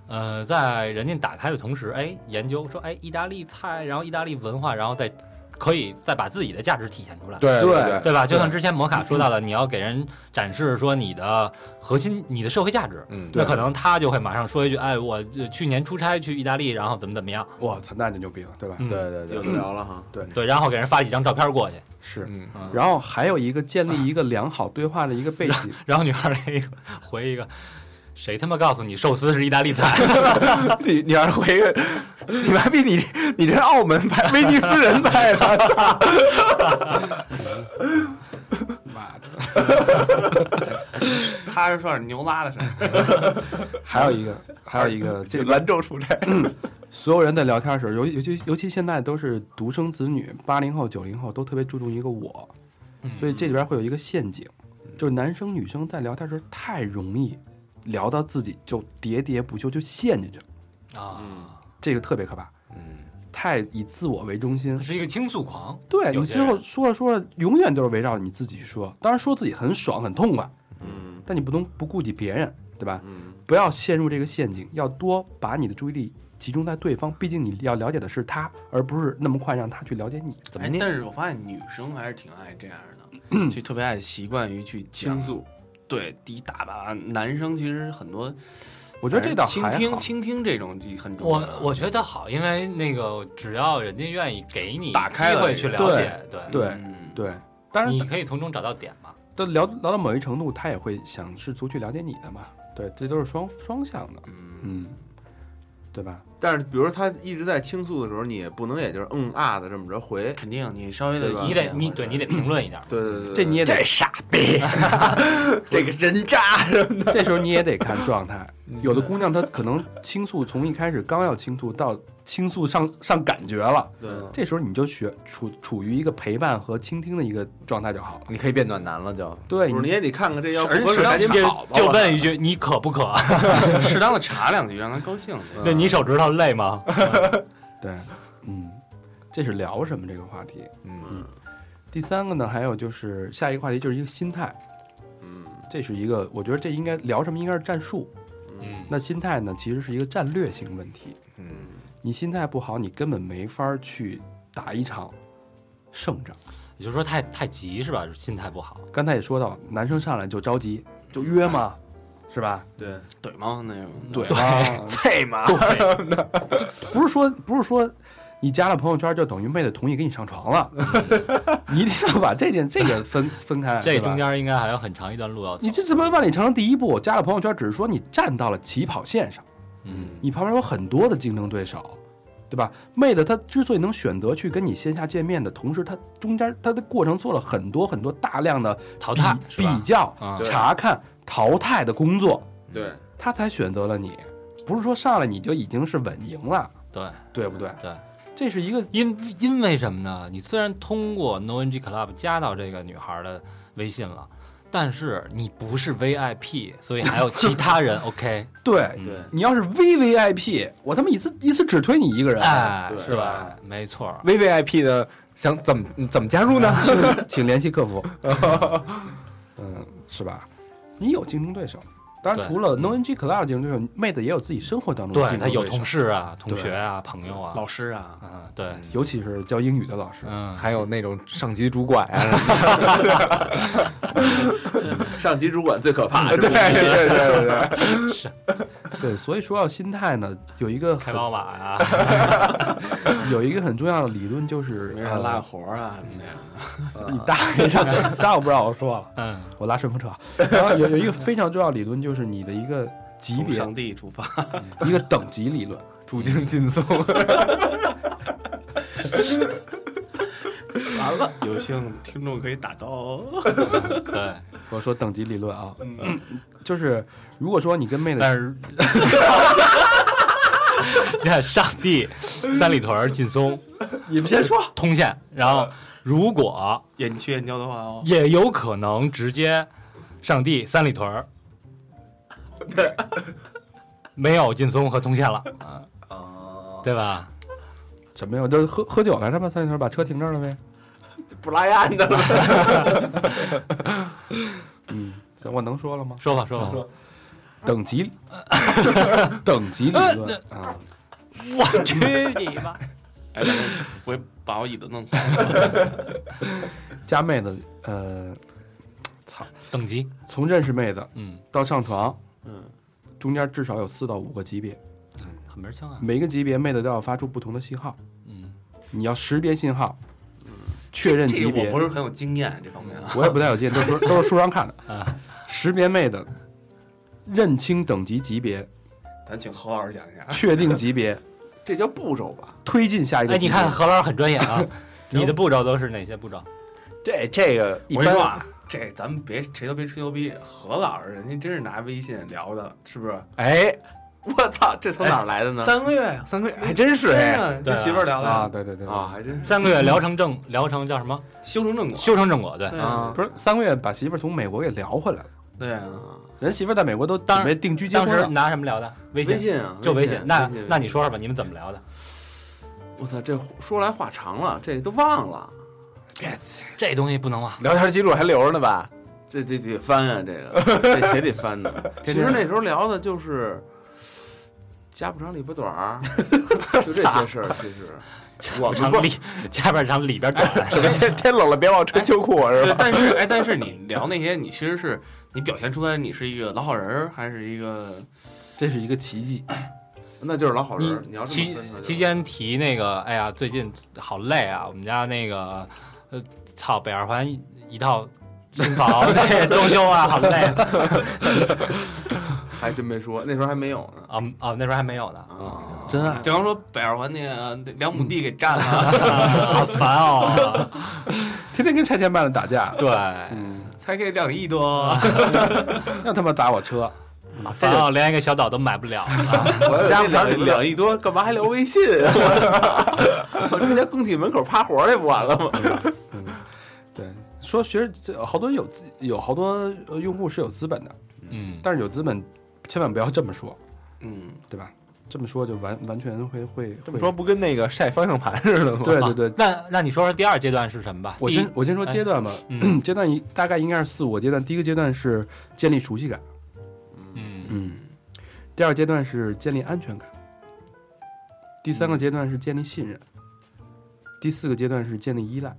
Speaker 4: 呃，在人家打开的同时，哎，研究说，哎，意大利菜，然后意大利文化，然后再可以再把自己的价值体现出来，
Speaker 5: 对
Speaker 2: 对
Speaker 5: 哎对，
Speaker 4: 对吧？就像之前摩卡说到的，你要给人展示说你的核心、你的社会价值，
Speaker 5: 嗯，
Speaker 2: 对
Speaker 4: 那可能他就会马上说一句，哎，我呃去年出差去意大利，然后怎么怎么样，
Speaker 2: 我操，那就牛逼了，对吧？
Speaker 4: 嗯
Speaker 5: 对对
Speaker 6: 有
Speaker 5: 对
Speaker 6: 的
Speaker 5: 对，
Speaker 6: 聊了哈。
Speaker 4: 对，然后给人发几张照片过去，
Speaker 2: 是。
Speaker 5: 嗯，
Speaker 4: 嗯，
Speaker 2: 然后还有一个建立一个良好对话的一个背景，
Speaker 4: 然后女孩儿那个回一个，谁他妈告诉你寿司是意大利菜？
Speaker 5: 你你要是回个，你还比你你这澳门派威尼斯人派 的，
Speaker 2: 妈的，
Speaker 3: 他是说是牛拉的事儿，
Speaker 2: 还有一个，还有一 个，这个
Speaker 5: 兰州出差，
Speaker 2: 所有人在聊天的时候，尤尤其尤其现在都是独生子女，八零后、九零后都特别注重一个我，
Speaker 4: 嗯
Speaker 2: 所以这里边会有一个陷阱，就是男生女生在聊天的时候太容易聊到自己就喋喋不休，就陷进去了，
Speaker 4: 啊，
Speaker 3: 嗯
Speaker 2: 这个特别可怕。太以自我为中心，
Speaker 4: 是一个倾诉狂，
Speaker 2: 对
Speaker 4: 有
Speaker 2: 你
Speaker 4: 些
Speaker 2: 最后
Speaker 4: 人
Speaker 2: 说着说着，永远都是围绕着你自己去说。当然说自己很爽很痛快，
Speaker 6: 嗯
Speaker 2: 但你不能不顾及别人，对吧？
Speaker 6: 嗯，
Speaker 2: 不要陷入这个陷阱，要多把你的注意力集中在对方，毕竟你要了解的是他，而不是那么快让他去了解你。
Speaker 5: 怎
Speaker 3: 哎，但是我发现女生还是挺爱这样的，就特别爱习惯于去讲
Speaker 6: 倾诉，
Speaker 3: 对一大把男生其实很多，
Speaker 2: 我觉得这倒
Speaker 3: 倾
Speaker 2: 还
Speaker 3: 听
Speaker 2: 好。
Speaker 3: 倾听这种就很重要。
Speaker 4: 我我觉得好，因为那个只要人家愿意给你
Speaker 3: 打开
Speaker 4: 机
Speaker 3: 了
Speaker 4: 会去了解，对，
Speaker 2: 对
Speaker 3: 嗯
Speaker 2: 对，当然
Speaker 4: 你可以从中找到点嘛。
Speaker 2: 到聊聊到某一程度，他也会想试图去了解你的嘛。对，这都是双双向的，
Speaker 3: 嗯，
Speaker 2: 嗯，对吧？
Speaker 6: 但是比如他一直在倾诉的时候，你也不能也就是嗯啊的这么着回，
Speaker 3: 肯定你稍微
Speaker 6: 对吧
Speaker 3: 的，
Speaker 4: 你得你对你得评论一点，
Speaker 6: 对
Speaker 3: 呃
Speaker 6: 对对，
Speaker 2: 这你也得，
Speaker 5: 傻 逼，这个人渣什么的。
Speaker 2: 这时候你也得看状 态。
Speaker 3: 嗯
Speaker 2: 有的姑娘她可能倾诉，从一开始刚要倾诉到倾诉上上感觉了，
Speaker 6: 对对
Speaker 2: 这时候你就学处处于一个陪伴和倾听的一个状态就好了。
Speaker 5: 你可以变暖男了就，
Speaker 2: 对，
Speaker 6: 不是你
Speaker 2: 你
Speaker 6: 也得看看这要不
Speaker 3: 而且
Speaker 6: 合适
Speaker 3: 适当
Speaker 6: 赶紧
Speaker 3: 去
Speaker 6: 跑吧。
Speaker 4: 就问一句你渴不渴？
Speaker 3: 适当的查两句，让他高 兴。对
Speaker 4: 那你手指头累吗？
Speaker 2: 对，嗯，这是聊什么这个话题。
Speaker 5: 嗯，
Speaker 2: 第三个呢，还有就是下一个话题就是一个心态，
Speaker 6: 嗯
Speaker 2: 这是一个我觉得这应该聊什么应该是战术。
Speaker 4: 嗯，
Speaker 2: 那心态呢，其实是一个战略性问题。
Speaker 5: 嗯，
Speaker 2: 你心态不好，你根本没法去打一场胜仗。
Speaker 4: 也就是说太太急是吧？心态不好。
Speaker 2: 刚才也说到，男生上来就着急，就约嘛，是吧？
Speaker 6: 嗯对，
Speaker 3: 怼吗？那种
Speaker 2: 对啊，
Speaker 5: 配吗？
Speaker 2: 不是说不是说你加了朋友圈就等于妹子同意跟你上床了， 你一定要把这件这个分分开。
Speaker 4: 这
Speaker 2: 是吧
Speaker 4: 中间应该还有很长一段路要走。
Speaker 2: 你这什么万里长城第一步，加了朋友圈，只是说你站到了起跑线上，
Speaker 4: 嗯，
Speaker 2: 你旁边有很多的竞争对手，对吧？妹子她之所以能选择去跟你线下见面的同时，她中间她的过程做了很多很多大量的
Speaker 4: 淘
Speaker 2: 比
Speaker 4: 汰是吧
Speaker 2: 比？较、
Speaker 4: 啊
Speaker 6: 对
Speaker 2: 查看、淘汰的工作，
Speaker 6: 对，
Speaker 2: 她才选择了你，不是说上来你就已经是稳赢了，
Speaker 4: 对
Speaker 2: 对不对？
Speaker 4: 对，
Speaker 2: 这是一个
Speaker 4: 因因为什么呢？你虽然通过 No NG Club 加到这个女孩的微信了，但是你不是 VIP，所以还有其他人。OK，
Speaker 2: 对。
Speaker 4: 嗯
Speaker 6: 对
Speaker 2: 你要是 VVIP，我他妈一次一次只推你一个人，
Speaker 4: 哎，
Speaker 6: 对
Speaker 4: 是吧？没错。
Speaker 5: VVIP 的想怎么怎么加入 呢？
Speaker 2: 请请联系客服。 嗯，是吧？你有竞争对手，当然
Speaker 4: 对
Speaker 2: 除了 No NG Club 的竞争对手，妹子也有自己生活当中的
Speaker 4: 对
Speaker 2: 竞
Speaker 4: 他
Speaker 2: 争
Speaker 4: 有
Speaker 2: 对手
Speaker 4: 同，事啊、同学啊、朋友啊，
Speaker 3: 老师啊，
Speaker 4: 嗯，对，
Speaker 2: 尤其是教英语的老师。
Speaker 4: 嗯，
Speaker 5: 还有那种上级主管 啊，
Speaker 3: 嗯
Speaker 6: 上级主管最可怕，
Speaker 5: 对对对对对。
Speaker 2: 对，所以说要心态呢，有一个
Speaker 4: 开
Speaker 2: 很
Speaker 4: 宝马啊，
Speaker 2: 有一个很重要的理论就是
Speaker 3: 没，人
Speaker 2: 呃
Speaker 3: 拉活啊什么的 呀。
Speaker 2: 你大爷让让我不让我说了，
Speaker 4: 嗯，
Speaker 2: 我拉顺风车。然后有有一个非常重要的理论就是你的一个级
Speaker 3: 从
Speaker 2: 别，
Speaker 3: 上帝出发，
Speaker 2: 一个等级理论。
Speaker 5: 途径劲松，
Speaker 3: 完了，有幸听众可以打到哦。
Speaker 4: 对，
Speaker 2: 我说等级理论啊，就是如果说你跟妹子
Speaker 4: 但是，这 上帝、三里屯、劲松、
Speaker 2: 你们先说，嗯
Speaker 4: 通县，然后如果
Speaker 3: 眼去眼交的话哦，
Speaker 4: 也有可能直接上帝、三里 屯儿，没有劲松和通县了，
Speaker 6: 啊，
Speaker 4: 对吧？
Speaker 2: 什么呀？我就是喝喝酒来着吧，三里屯把车停这儿了呗。
Speaker 6: 不拉烟的了，
Speaker 2: 嗯，行我能说了吗？
Speaker 4: 说吧，说吧，说
Speaker 2: 等级， 等级理论
Speaker 4: 呃
Speaker 2: 啊，
Speaker 4: 我 去你妈！
Speaker 3: 哎，等会儿我也把我椅子弄坏了。
Speaker 2: 加妹子，呃，
Speaker 4: 等级，
Speaker 2: 从认识妹子
Speaker 4: 嗯
Speaker 2: 到上床，
Speaker 3: 嗯，
Speaker 2: 中间至少有四到五个级别，
Speaker 4: 嗯，很门儿清啊，
Speaker 2: 每个级别妹子都要发出不同的信号，
Speaker 4: 嗯，
Speaker 2: 你要识别信号，确认
Speaker 3: 这
Speaker 2: 级
Speaker 3: 个我
Speaker 2: 别
Speaker 3: 不。是很有经验这方面啊。
Speaker 2: 我也不太有见，都是都是书上看的
Speaker 4: 啊。
Speaker 2: 识别妹子，认清等级级别，
Speaker 3: 咱请侯老师讲一下。
Speaker 2: 确定级别，
Speaker 6: 这叫步骤吧？
Speaker 2: 推进下一
Speaker 4: 哎，
Speaker 2: 个级
Speaker 4: 你
Speaker 2: 别。
Speaker 4: 看何老师很专 业啊，你的步骤都是哪些步骤？
Speaker 5: 这这个一
Speaker 3: 我跟你说
Speaker 5: 般，
Speaker 3: 啊，这咱们别谁都别吹牛逼，何老师人家真是拿微信聊的，是不是？ 哎
Speaker 5: 哎，
Speaker 6: 我操，这从哪儿来的呢？
Speaker 3: 三个月呀，
Speaker 5: 三哥还真是
Speaker 3: 真
Speaker 5: 哎，
Speaker 3: 啊，
Speaker 4: 对
Speaker 3: 跟
Speaker 4: 啊
Speaker 3: 媳妇儿聊
Speaker 2: 啊，
Speaker 3: 的，
Speaker 2: 对对对对
Speaker 6: 啊，还真是
Speaker 4: 三个月疗程正疗程叫什么？
Speaker 3: 修成正果。
Speaker 4: 修成正果，对
Speaker 3: 对，
Speaker 6: 啊，
Speaker 2: 不是三个月把媳妇儿从美国给聊回来了，
Speaker 3: 对啊，
Speaker 2: 人媳妇儿在美国都
Speaker 4: 当
Speaker 2: 准备定居结
Speaker 4: 当
Speaker 2: 婚
Speaker 4: 时嗯
Speaker 2: 了。
Speaker 4: 拿什么聊的？微
Speaker 6: 微
Speaker 4: 信，
Speaker 6: 信啊，
Speaker 4: 就微
Speaker 6: 信
Speaker 4: 信。。那那你说说吧，你们怎么聊的？
Speaker 6: 我操，这说来话长了，这都忘了，
Speaker 4: 这东西不能忘。
Speaker 5: 聊天记录还留着呢吧？
Speaker 6: 这得得翻啊，这个这谁得翻呢？其
Speaker 2: 天天
Speaker 6: 实那时候聊的就是家不长里不短儿，就这些事儿，其实
Speaker 4: 我哎们里下半场里边短，
Speaker 5: 天天冷了别忘穿秋裤是
Speaker 3: 对，
Speaker 5: 吧？
Speaker 3: 但是哎，但是你聊那些，你其实是你表现出来你是一个老好人儿，还是一个
Speaker 2: 这是一个奇迹。
Speaker 6: 那就是老好人儿。
Speaker 4: 你
Speaker 6: 你要这么
Speaker 4: 期
Speaker 6: 分出来就
Speaker 4: 期间提那个，哎呀，最近好累啊，我们家那个，呃，操，北二环一一套新房 那装修啊，好累啊，
Speaker 6: 还真没说，那时候还没有呢。
Speaker 4: 啊、那时候还没有呢，
Speaker 6: 啊，嗯
Speaker 2: 真爱
Speaker 3: 比方说北二环那个两亩地给占 了，
Speaker 4: 好烦 哦，
Speaker 2: 天天跟拆迁办的打架，
Speaker 4: 对，
Speaker 3: 才给两亿 多，
Speaker 6: 啊
Speaker 2: 让他妈打我车。
Speaker 4: 烦哦，连一个小岛都买不了，
Speaker 6: 我
Speaker 5: 加不上什么
Speaker 6: 两亿多，干嘛还聊微信 啊？我这家工体门口趴活儿来不完了吗？
Speaker 2: 对，说学这好多人有资有好多呃用户是有资本的，
Speaker 4: 嗯，
Speaker 2: 但是有资本千万不要这么说，
Speaker 3: 嗯，
Speaker 2: 对吧？这么说就完完全会会
Speaker 5: 这么
Speaker 2: 会
Speaker 5: 说不跟那个晒方向盘似的吗？
Speaker 2: 对对对。
Speaker 4: 那那你说说第二阶段是什么吧？
Speaker 2: 我
Speaker 4: 第一
Speaker 2: 先我先说阶段吧，
Speaker 4: 嗯
Speaker 2: 阶段一大概应该是四五个阶段。第一个阶段是建立熟悉感，
Speaker 4: 嗯
Speaker 2: 嗯，第二阶段是建立安全感，第三个阶段是建立信任，第四个阶段是建立依赖。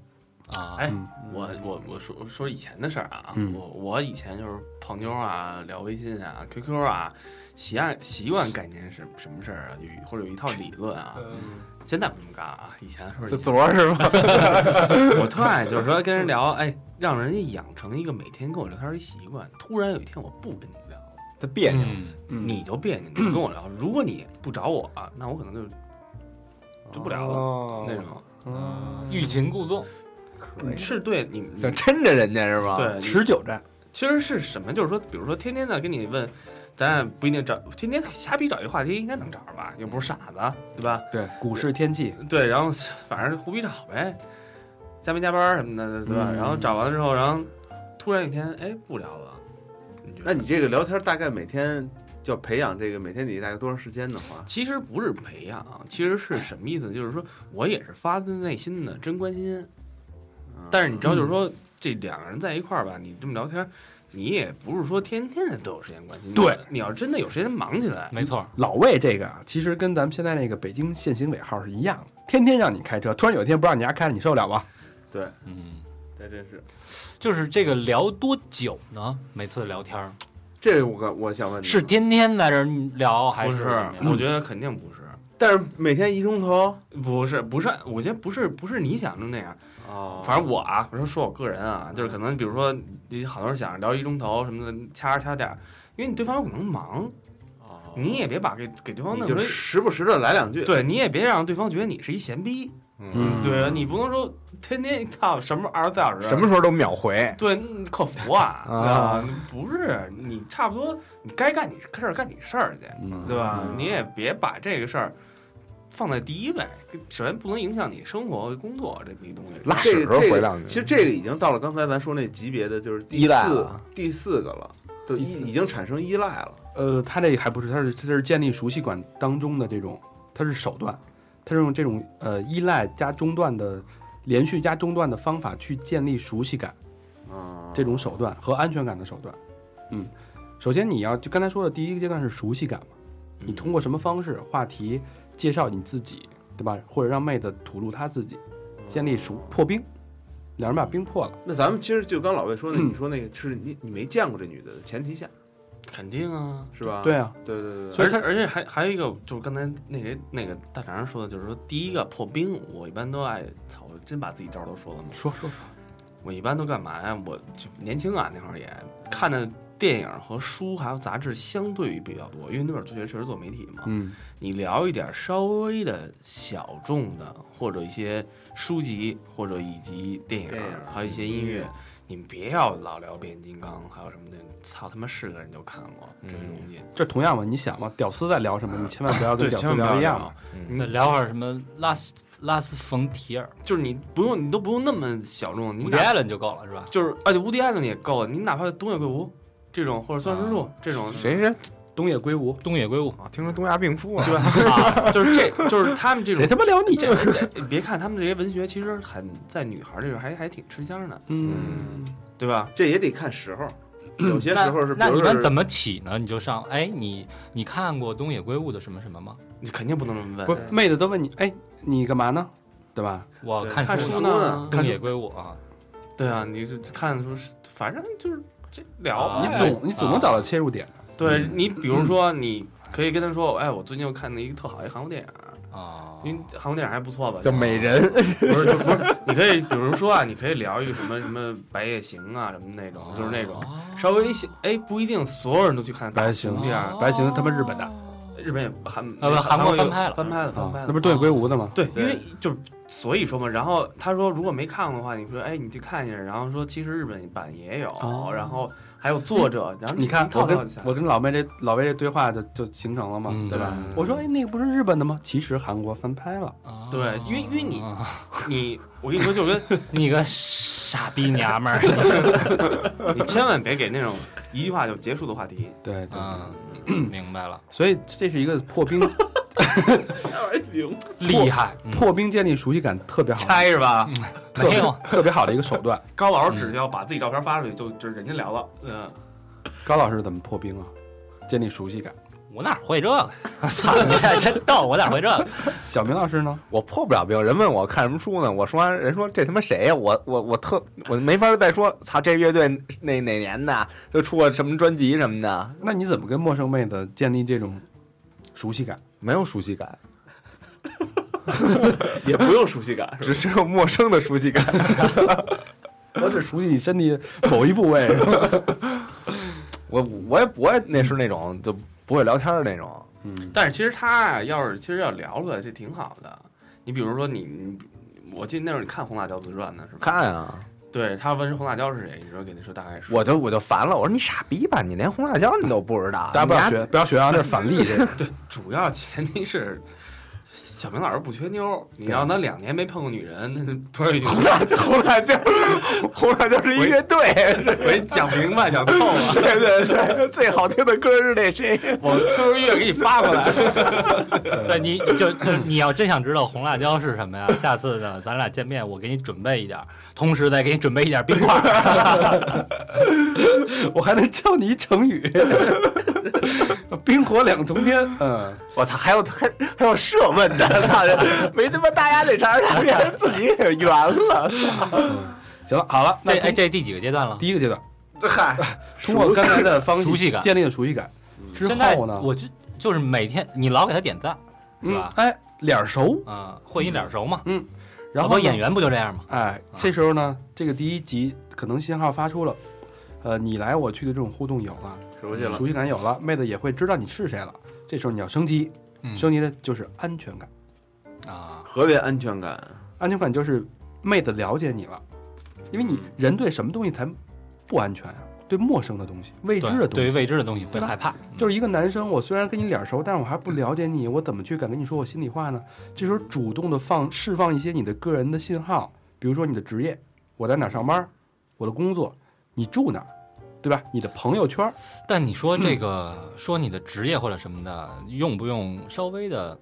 Speaker 4: 啊，
Speaker 3: 哎
Speaker 2: 嗯，
Speaker 3: 我我我说说以前的事儿啊，
Speaker 2: 嗯
Speaker 3: 我我以前就是泡妞啊，聊微信啊，QQ 啊，习惯习惯概念是什么事儿啊？有或者有一套理论啊，现在不这么干啊，以前是
Speaker 5: 就昨儿是吧？
Speaker 3: 我特爱就是说跟人聊，哎，让人家养成一个每天跟我聊天的习惯。突然有一天我不跟你聊，
Speaker 5: 他别扭，
Speaker 4: 嗯
Speaker 2: 嗯
Speaker 3: 你就别扭，你跟我聊。如果你不找我啊，那我可能就就不聊了。
Speaker 5: 哦
Speaker 3: 那种
Speaker 2: 啊
Speaker 4: 嗯，欲擒故纵，
Speaker 5: 可以
Speaker 3: 是对你你
Speaker 5: 想抻着人家是吧？，
Speaker 6: 啊
Speaker 3: 对，
Speaker 2: 持久战，
Speaker 3: 其实是什么？就是说，比如说天天的跟你问，咱也不一定找，天天瞎逼找一话题，应该能找着吧？又不是傻子，对吧？
Speaker 2: 对股市天气，
Speaker 3: 对，然后反正胡逼找呗，加没加班什么的，对吧？
Speaker 2: 嗯
Speaker 3: 然后找完了之后，然后突然有一天，哎，不聊了。你觉得
Speaker 6: 那你这个聊天大概每天就要培养这个，每天你大概多长时间的话？
Speaker 3: 其实不是培养，其实是什么意思？就是说我也是发自内心的真关心，但是你知道，就是说、
Speaker 6: 嗯
Speaker 3: 这两个人在一块儿吧，你这么聊天，你也不是说天天的都有时间关心。
Speaker 2: 对，
Speaker 3: 你要真的有时间忙起来，
Speaker 4: 没错，
Speaker 2: 老魏这个啊，其实跟咱们现在那个北京限行尾号是一样的，天天让你开车，突然有一天不让你家开了，你受得了吧？
Speaker 6: 对，
Speaker 4: 嗯，
Speaker 6: 还真是。
Speaker 4: 就是这个聊多久呢？每次聊天儿
Speaker 6: 这个我刚我想问你，
Speaker 4: 是，天天在这儿聊还
Speaker 3: 不
Speaker 4: 是
Speaker 3: 是
Speaker 4: 怎么？样
Speaker 3: 我觉得肯定不是，
Speaker 6: 但是每天一钟头
Speaker 3: 不是，不是，我觉得不是，不是你想的那样。
Speaker 6: 哦
Speaker 3: 反正我啊，我说说我个人啊，就是可能比如说你好多人想聊一钟头什么的，掐着掐着点儿，因为你对方有可能忙，
Speaker 4: 哦
Speaker 6: 正
Speaker 3: 你也别把给给对方
Speaker 6: 你
Speaker 3: 弄
Speaker 6: 就
Speaker 3: 成。
Speaker 6: 时不时的来两句，
Speaker 3: 对，你也别让对方觉得你是一闲逼，
Speaker 2: 嗯
Speaker 3: 对啊，你不能说天天靠什么二十四小时，
Speaker 5: 什么时候都秒回。
Speaker 3: 对你客服啊
Speaker 5: 啊
Speaker 3: 啊，不是你差不多，你该干你事儿干你事儿去，
Speaker 2: 嗯
Speaker 3: 对吧？
Speaker 6: 嗯
Speaker 3: 你也别把这个事儿放在第一位，首先不能影响你生活工作这一东西。
Speaker 5: 拉
Speaker 6: 这
Speaker 5: 屎
Speaker 6: 个这
Speaker 5: 回
Speaker 6: 个
Speaker 5: 两，句
Speaker 6: 其实这个已经到了刚才咱说那级别的，就是第
Speaker 5: 依赖
Speaker 6: 四
Speaker 5: 了
Speaker 6: 第四个了，都
Speaker 2: 啊第四
Speaker 6: 已已经产生依赖了。
Speaker 2: 呃，他这还不是，他是他是建立熟悉感当中的这种，他是手段，他是用这种呃依赖加中断的连续加中断的方法去建立熟悉感
Speaker 6: 啊，
Speaker 2: 嗯这种手段和安全感的手段。嗯，首先你要就刚才说的第一个阶段是熟悉感嘛，你通过什么方式、话题介绍你自己，对吧？或者让妹子吐露她自己，建立熟破冰，两人把冰破了。
Speaker 6: 嗯那咱们其实就刚老魏
Speaker 2: 嗯
Speaker 6: 说的，你说那个是你你没见过这女的前提下
Speaker 3: 肯定啊，
Speaker 6: 是吧？
Speaker 2: 对啊，
Speaker 6: 对对对
Speaker 2: 所以
Speaker 6: 对，
Speaker 3: 而
Speaker 2: 他
Speaker 3: 且而且还还有一个就是刚才那谁那个大肠说的，就是说第一个破冰，我一般都爱操，我真把自己招儿都说了吗？
Speaker 2: 说说说，
Speaker 3: 我一般都干嘛呀？我就年轻啊，那会儿也看的电影和书还有杂志相对于比较多，因为那会儿确实确实做媒体嘛。
Speaker 2: 嗯
Speaker 3: 你聊一点稍微的小众的，或者一些书籍，或者以及电影，
Speaker 6: 电影
Speaker 3: 还
Speaker 2: 嗯
Speaker 3: 有一些音乐，你别要老聊变形金刚，还有什么的，操他妈是个人就看过
Speaker 2: 嗯
Speaker 3: 这个东西。
Speaker 2: 这同样嘛，你想嘛，屌丝在聊什么，你千万不要跟
Speaker 3: 对，
Speaker 2: 屌
Speaker 3: 千
Speaker 2: 丝
Speaker 3: 万
Speaker 2: 聊
Speaker 3: 不要
Speaker 2: 一样
Speaker 3: 聊
Speaker 2: 嘛。
Speaker 3: 嗯
Speaker 4: 那聊会儿什么拉斯拉斯冯提尔、
Speaker 3: 就是你不用，你都不用那么小众，你
Speaker 4: 伍迪
Speaker 3: 哪
Speaker 4: 艾伦就够了，是吧？
Speaker 3: 就是而且无敌艾伦也够了，你哪怕东野圭吾这种，或者三之助这种，
Speaker 5: 谁谁
Speaker 2: 啊东野圭吾，
Speaker 4: 东野圭吾，
Speaker 5: 啊？听说东亚病夫啊？
Speaker 3: 对吧？ 就是这就是他们这种
Speaker 2: 谁他妈聊你啊这？
Speaker 3: 这这别看他们这些文学，其实很在女孩儿这边还还挺吃香的，
Speaker 2: 嗯，
Speaker 3: 对吧？
Speaker 6: 这也得看时候，有些
Speaker 4: 嗯
Speaker 6: 时
Speaker 4: 那
Speaker 6: 候是比
Speaker 4: 那
Speaker 6: 如
Speaker 4: 你
Speaker 6: 说
Speaker 4: 们
Speaker 6: 是
Speaker 4: 怎么起呢？你就上，哎，你你看过东野圭吾的什么什么吗？
Speaker 3: 你肯定不能这么问。
Speaker 2: 不是妹子都问你，哎，你干嘛呢？对吧？
Speaker 4: 我
Speaker 3: 对
Speaker 4: 看
Speaker 3: 看
Speaker 4: 书
Speaker 3: 书
Speaker 4: 呢，
Speaker 3: 呢，
Speaker 4: 东野圭吾啊，
Speaker 3: 对啊，你就看书是，反正就是这聊
Speaker 4: 啊
Speaker 3: 呗。
Speaker 2: 你总嗯你总能找到切入点。
Speaker 3: 对你，比如说，你可以跟他说，哎，我最近又看了一个特好一韩国电影儿，
Speaker 4: 啊，
Speaker 3: 因为韩国电影儿还不错吧？
Speaker 5: 叫美人，
Speaker 4: 嗯
Speaker 3: 不是，就不是，你可以比如说啊，你可以聊一个什么什么《白夜行》啊，什么那
Speaker 4: 哦
Speaker 3: 种，就是那种稍微一些，哎，不一定所有人都去看大型
Speaker 2: 白
Speaker 3: 片儿，
Speaker 2: 白行他妈日本的，
Speaker 3: 日本也啊韩
Speaker 4: 呃不韩国
Speaker 3: 也
Speaker 4: 翻拍了
Speaker 3: 翻拍了，翻
Speaker 2: 啊
Speaker 3: 拍了，
Speaker 2: 那不是东野圭吾的吗？
Speaker 3: 对，因为就是所以说嘛，然后他说如果没看过的话，你说哎你去看一下，然后说其实日本版也有，
Speaker 2: 哦
Speaker 3: 然后还有作者，然后
Speaker 2: 你看
Speaker 3: 一套
Speaker 2: 我跟
Speaker 3: 套下来
Speaker 2: 我跟老妹这老魏这对话就就形成了嘛，
Speaker 4: 嗯
Speaker 2: 对吧？
Speaker 3: 对
Speaker 2: 我说哎，那个不是日本的吗？其实韩国翻拍了，
Speaker 4: 啊
Speaker 3: 对因为因为
Speaker 2: 哦
Speaker 3: 你你，我跟你说，就跟
Speaker 4: 哦 你个傻逼娘们儿
Speaker 3: 你千万别给那种一句话就结束的话题，
Speaker 2: 对对对。
Speaker 4: 啊，明 白了，
Speaker 2: 所以这是一个破 冰
Speaker 4: 厉害，嗯
Speaker 2: 破冰建立熟悉感特 别好，
Speaker 6: 拆是吧？
Speaker 2: 特
Speaker 4: 没
Speaker 2: 别
Speaker 4: 有
Speaker 2: 特别好的一个手段。
Speaker 3: 高老师
Speaker 2: 嗯
Speaker 3: 只要把自己照片发出去，就就是人家聊了，嗯，
Speaker 2: 高老师怎么破冰啊？建立熟悉感。
Speaker 4: 我哪会这个？我 操，你这真逗，我哪会这 个？
Speaker 2: 小明老师呢？
Speaker 5: 我破不了冰。人问我看什么书呢，我说完人说这他妈谁呀、我我我特我没法再说，操这乐队那哪年的，又出过什么专辑什么的，
Speaker 2: 那你怎么跟陌生妹子建立这种熟悉感？
Speaker 5: 没有熟悉感，
Speaker 6: 也不用熟悉感，
Speaker 5: 只只有陌生的熟悉感。
Speaker 2: 我只熟悉你身体某一部位。是吧
Speaker 5: 我我也我也那是那种就不会聊天的那种，
Speaker 2: 嗯，
Speaker 3: 但是其实他啊，要是其实要聊出来，这挺好的。你比如说你你，我记得那会儿你看《红辣椒自传》呢，是吧？
Speaker 5: 看啊，
Speaker 3: 对他问是红辣椒是谁，你说给他说大概是。
Speaker 5: 我就我就烦了，我说你傻逼吧，你连红辣椒你都不知道，
Speaker 2: 大家不要
Speaker 5: 你丫
Speaker 2: 学，不要学啊，这是反 例。这个
Speaker 3: 主要前提是小明老师不缺妞儿，你让他两年没碰过女人，那就多 少一句
Speaker 5: 红辣红辣椒，红辣椒是一乐队，
Speaker 3: 我讲明白讲透了，
Speaker 5: 对对对，最好听的歌是那谁？
Speaker 3: 我 QQ 音乐给你发过来。
Speaker 4: 对，你就就你要真想知道红辣椒是什么呀？下次呢，咱俩见面，我给你准备一点儿，同时再给你准备一点儿冰块儿。
Speaker 2: 我还能教你一成语， 冰火两重天。嗯，
Speaker 5: 我操，还有还还有设问的，操，没他妈大家那茬，他们自己给圆了。
Speaker 2: 行了，好了，那
Speaker 4: 这哎，
Speaker 2: 通
Speaker 4: 这第几个阶段了？
Speaker 2: 第一个阶段，
Speaker 5: 嗨，
Speaker 2: 通过刚才的方式
Speaker 4: 熟悉感嗯
Speaker 2: 建立了熟悉感之
Speaker 4: 现在
Speaker 2: 后呢，
Speaker 4: 我就就是每天你老给他点赞，是
Speaker 2: 嗯
Speaker 4: 吧，
Speaker 2: 哎，脸熟，
Speaker 4: 嗯，混一脸熟嘛。
Speaker 2: 然
Speaker 4: 好
Speaker 2: 后
Speaker 4: 多演
Speaker 2: 员。
Speaker 4: 员不就这样吗？
Speaker 2: 哎，这时候呢，这个第一集可能信号发出了，呃，你来我去的这种互动有了，
Speaker 3: 熟悉了，
Speaker 6: 嗯
Speaker 2: 熟悉感有了，妹子也会知道你是谁了。这时候你要升级，
Speaker 4: 嗯
Speaker 2: 升级的就是安全感，
Speaker 4: 啊，
Speaker 6: 何为安全感？
Speaker 2: 安全感就是妹子了解你了，因为你人对什么东西才不安全啊？对陌生的东西、未知
Speaker 4: 对，
Speaker 2: 的东
Speaker 4: 对于
Speaker 2: 西。
Speaker 4: 未知的东西会
Speaker 2: 对吧
Speaker 4: 害怕，嗯
Speaker 2: 就是一个男生，我虽然跟你脸熟，但是我还不了解你，我怎么去敢跟你说我心里话呢？这时候主动的放释放一些你的个人的信号，比如说你的职业，我在哪儿上班，我的工作，你住哪儿，对吧？你的朋友圈，
Speaker 4: 但你说这个，说你的职业或者什么的，用不用稍微的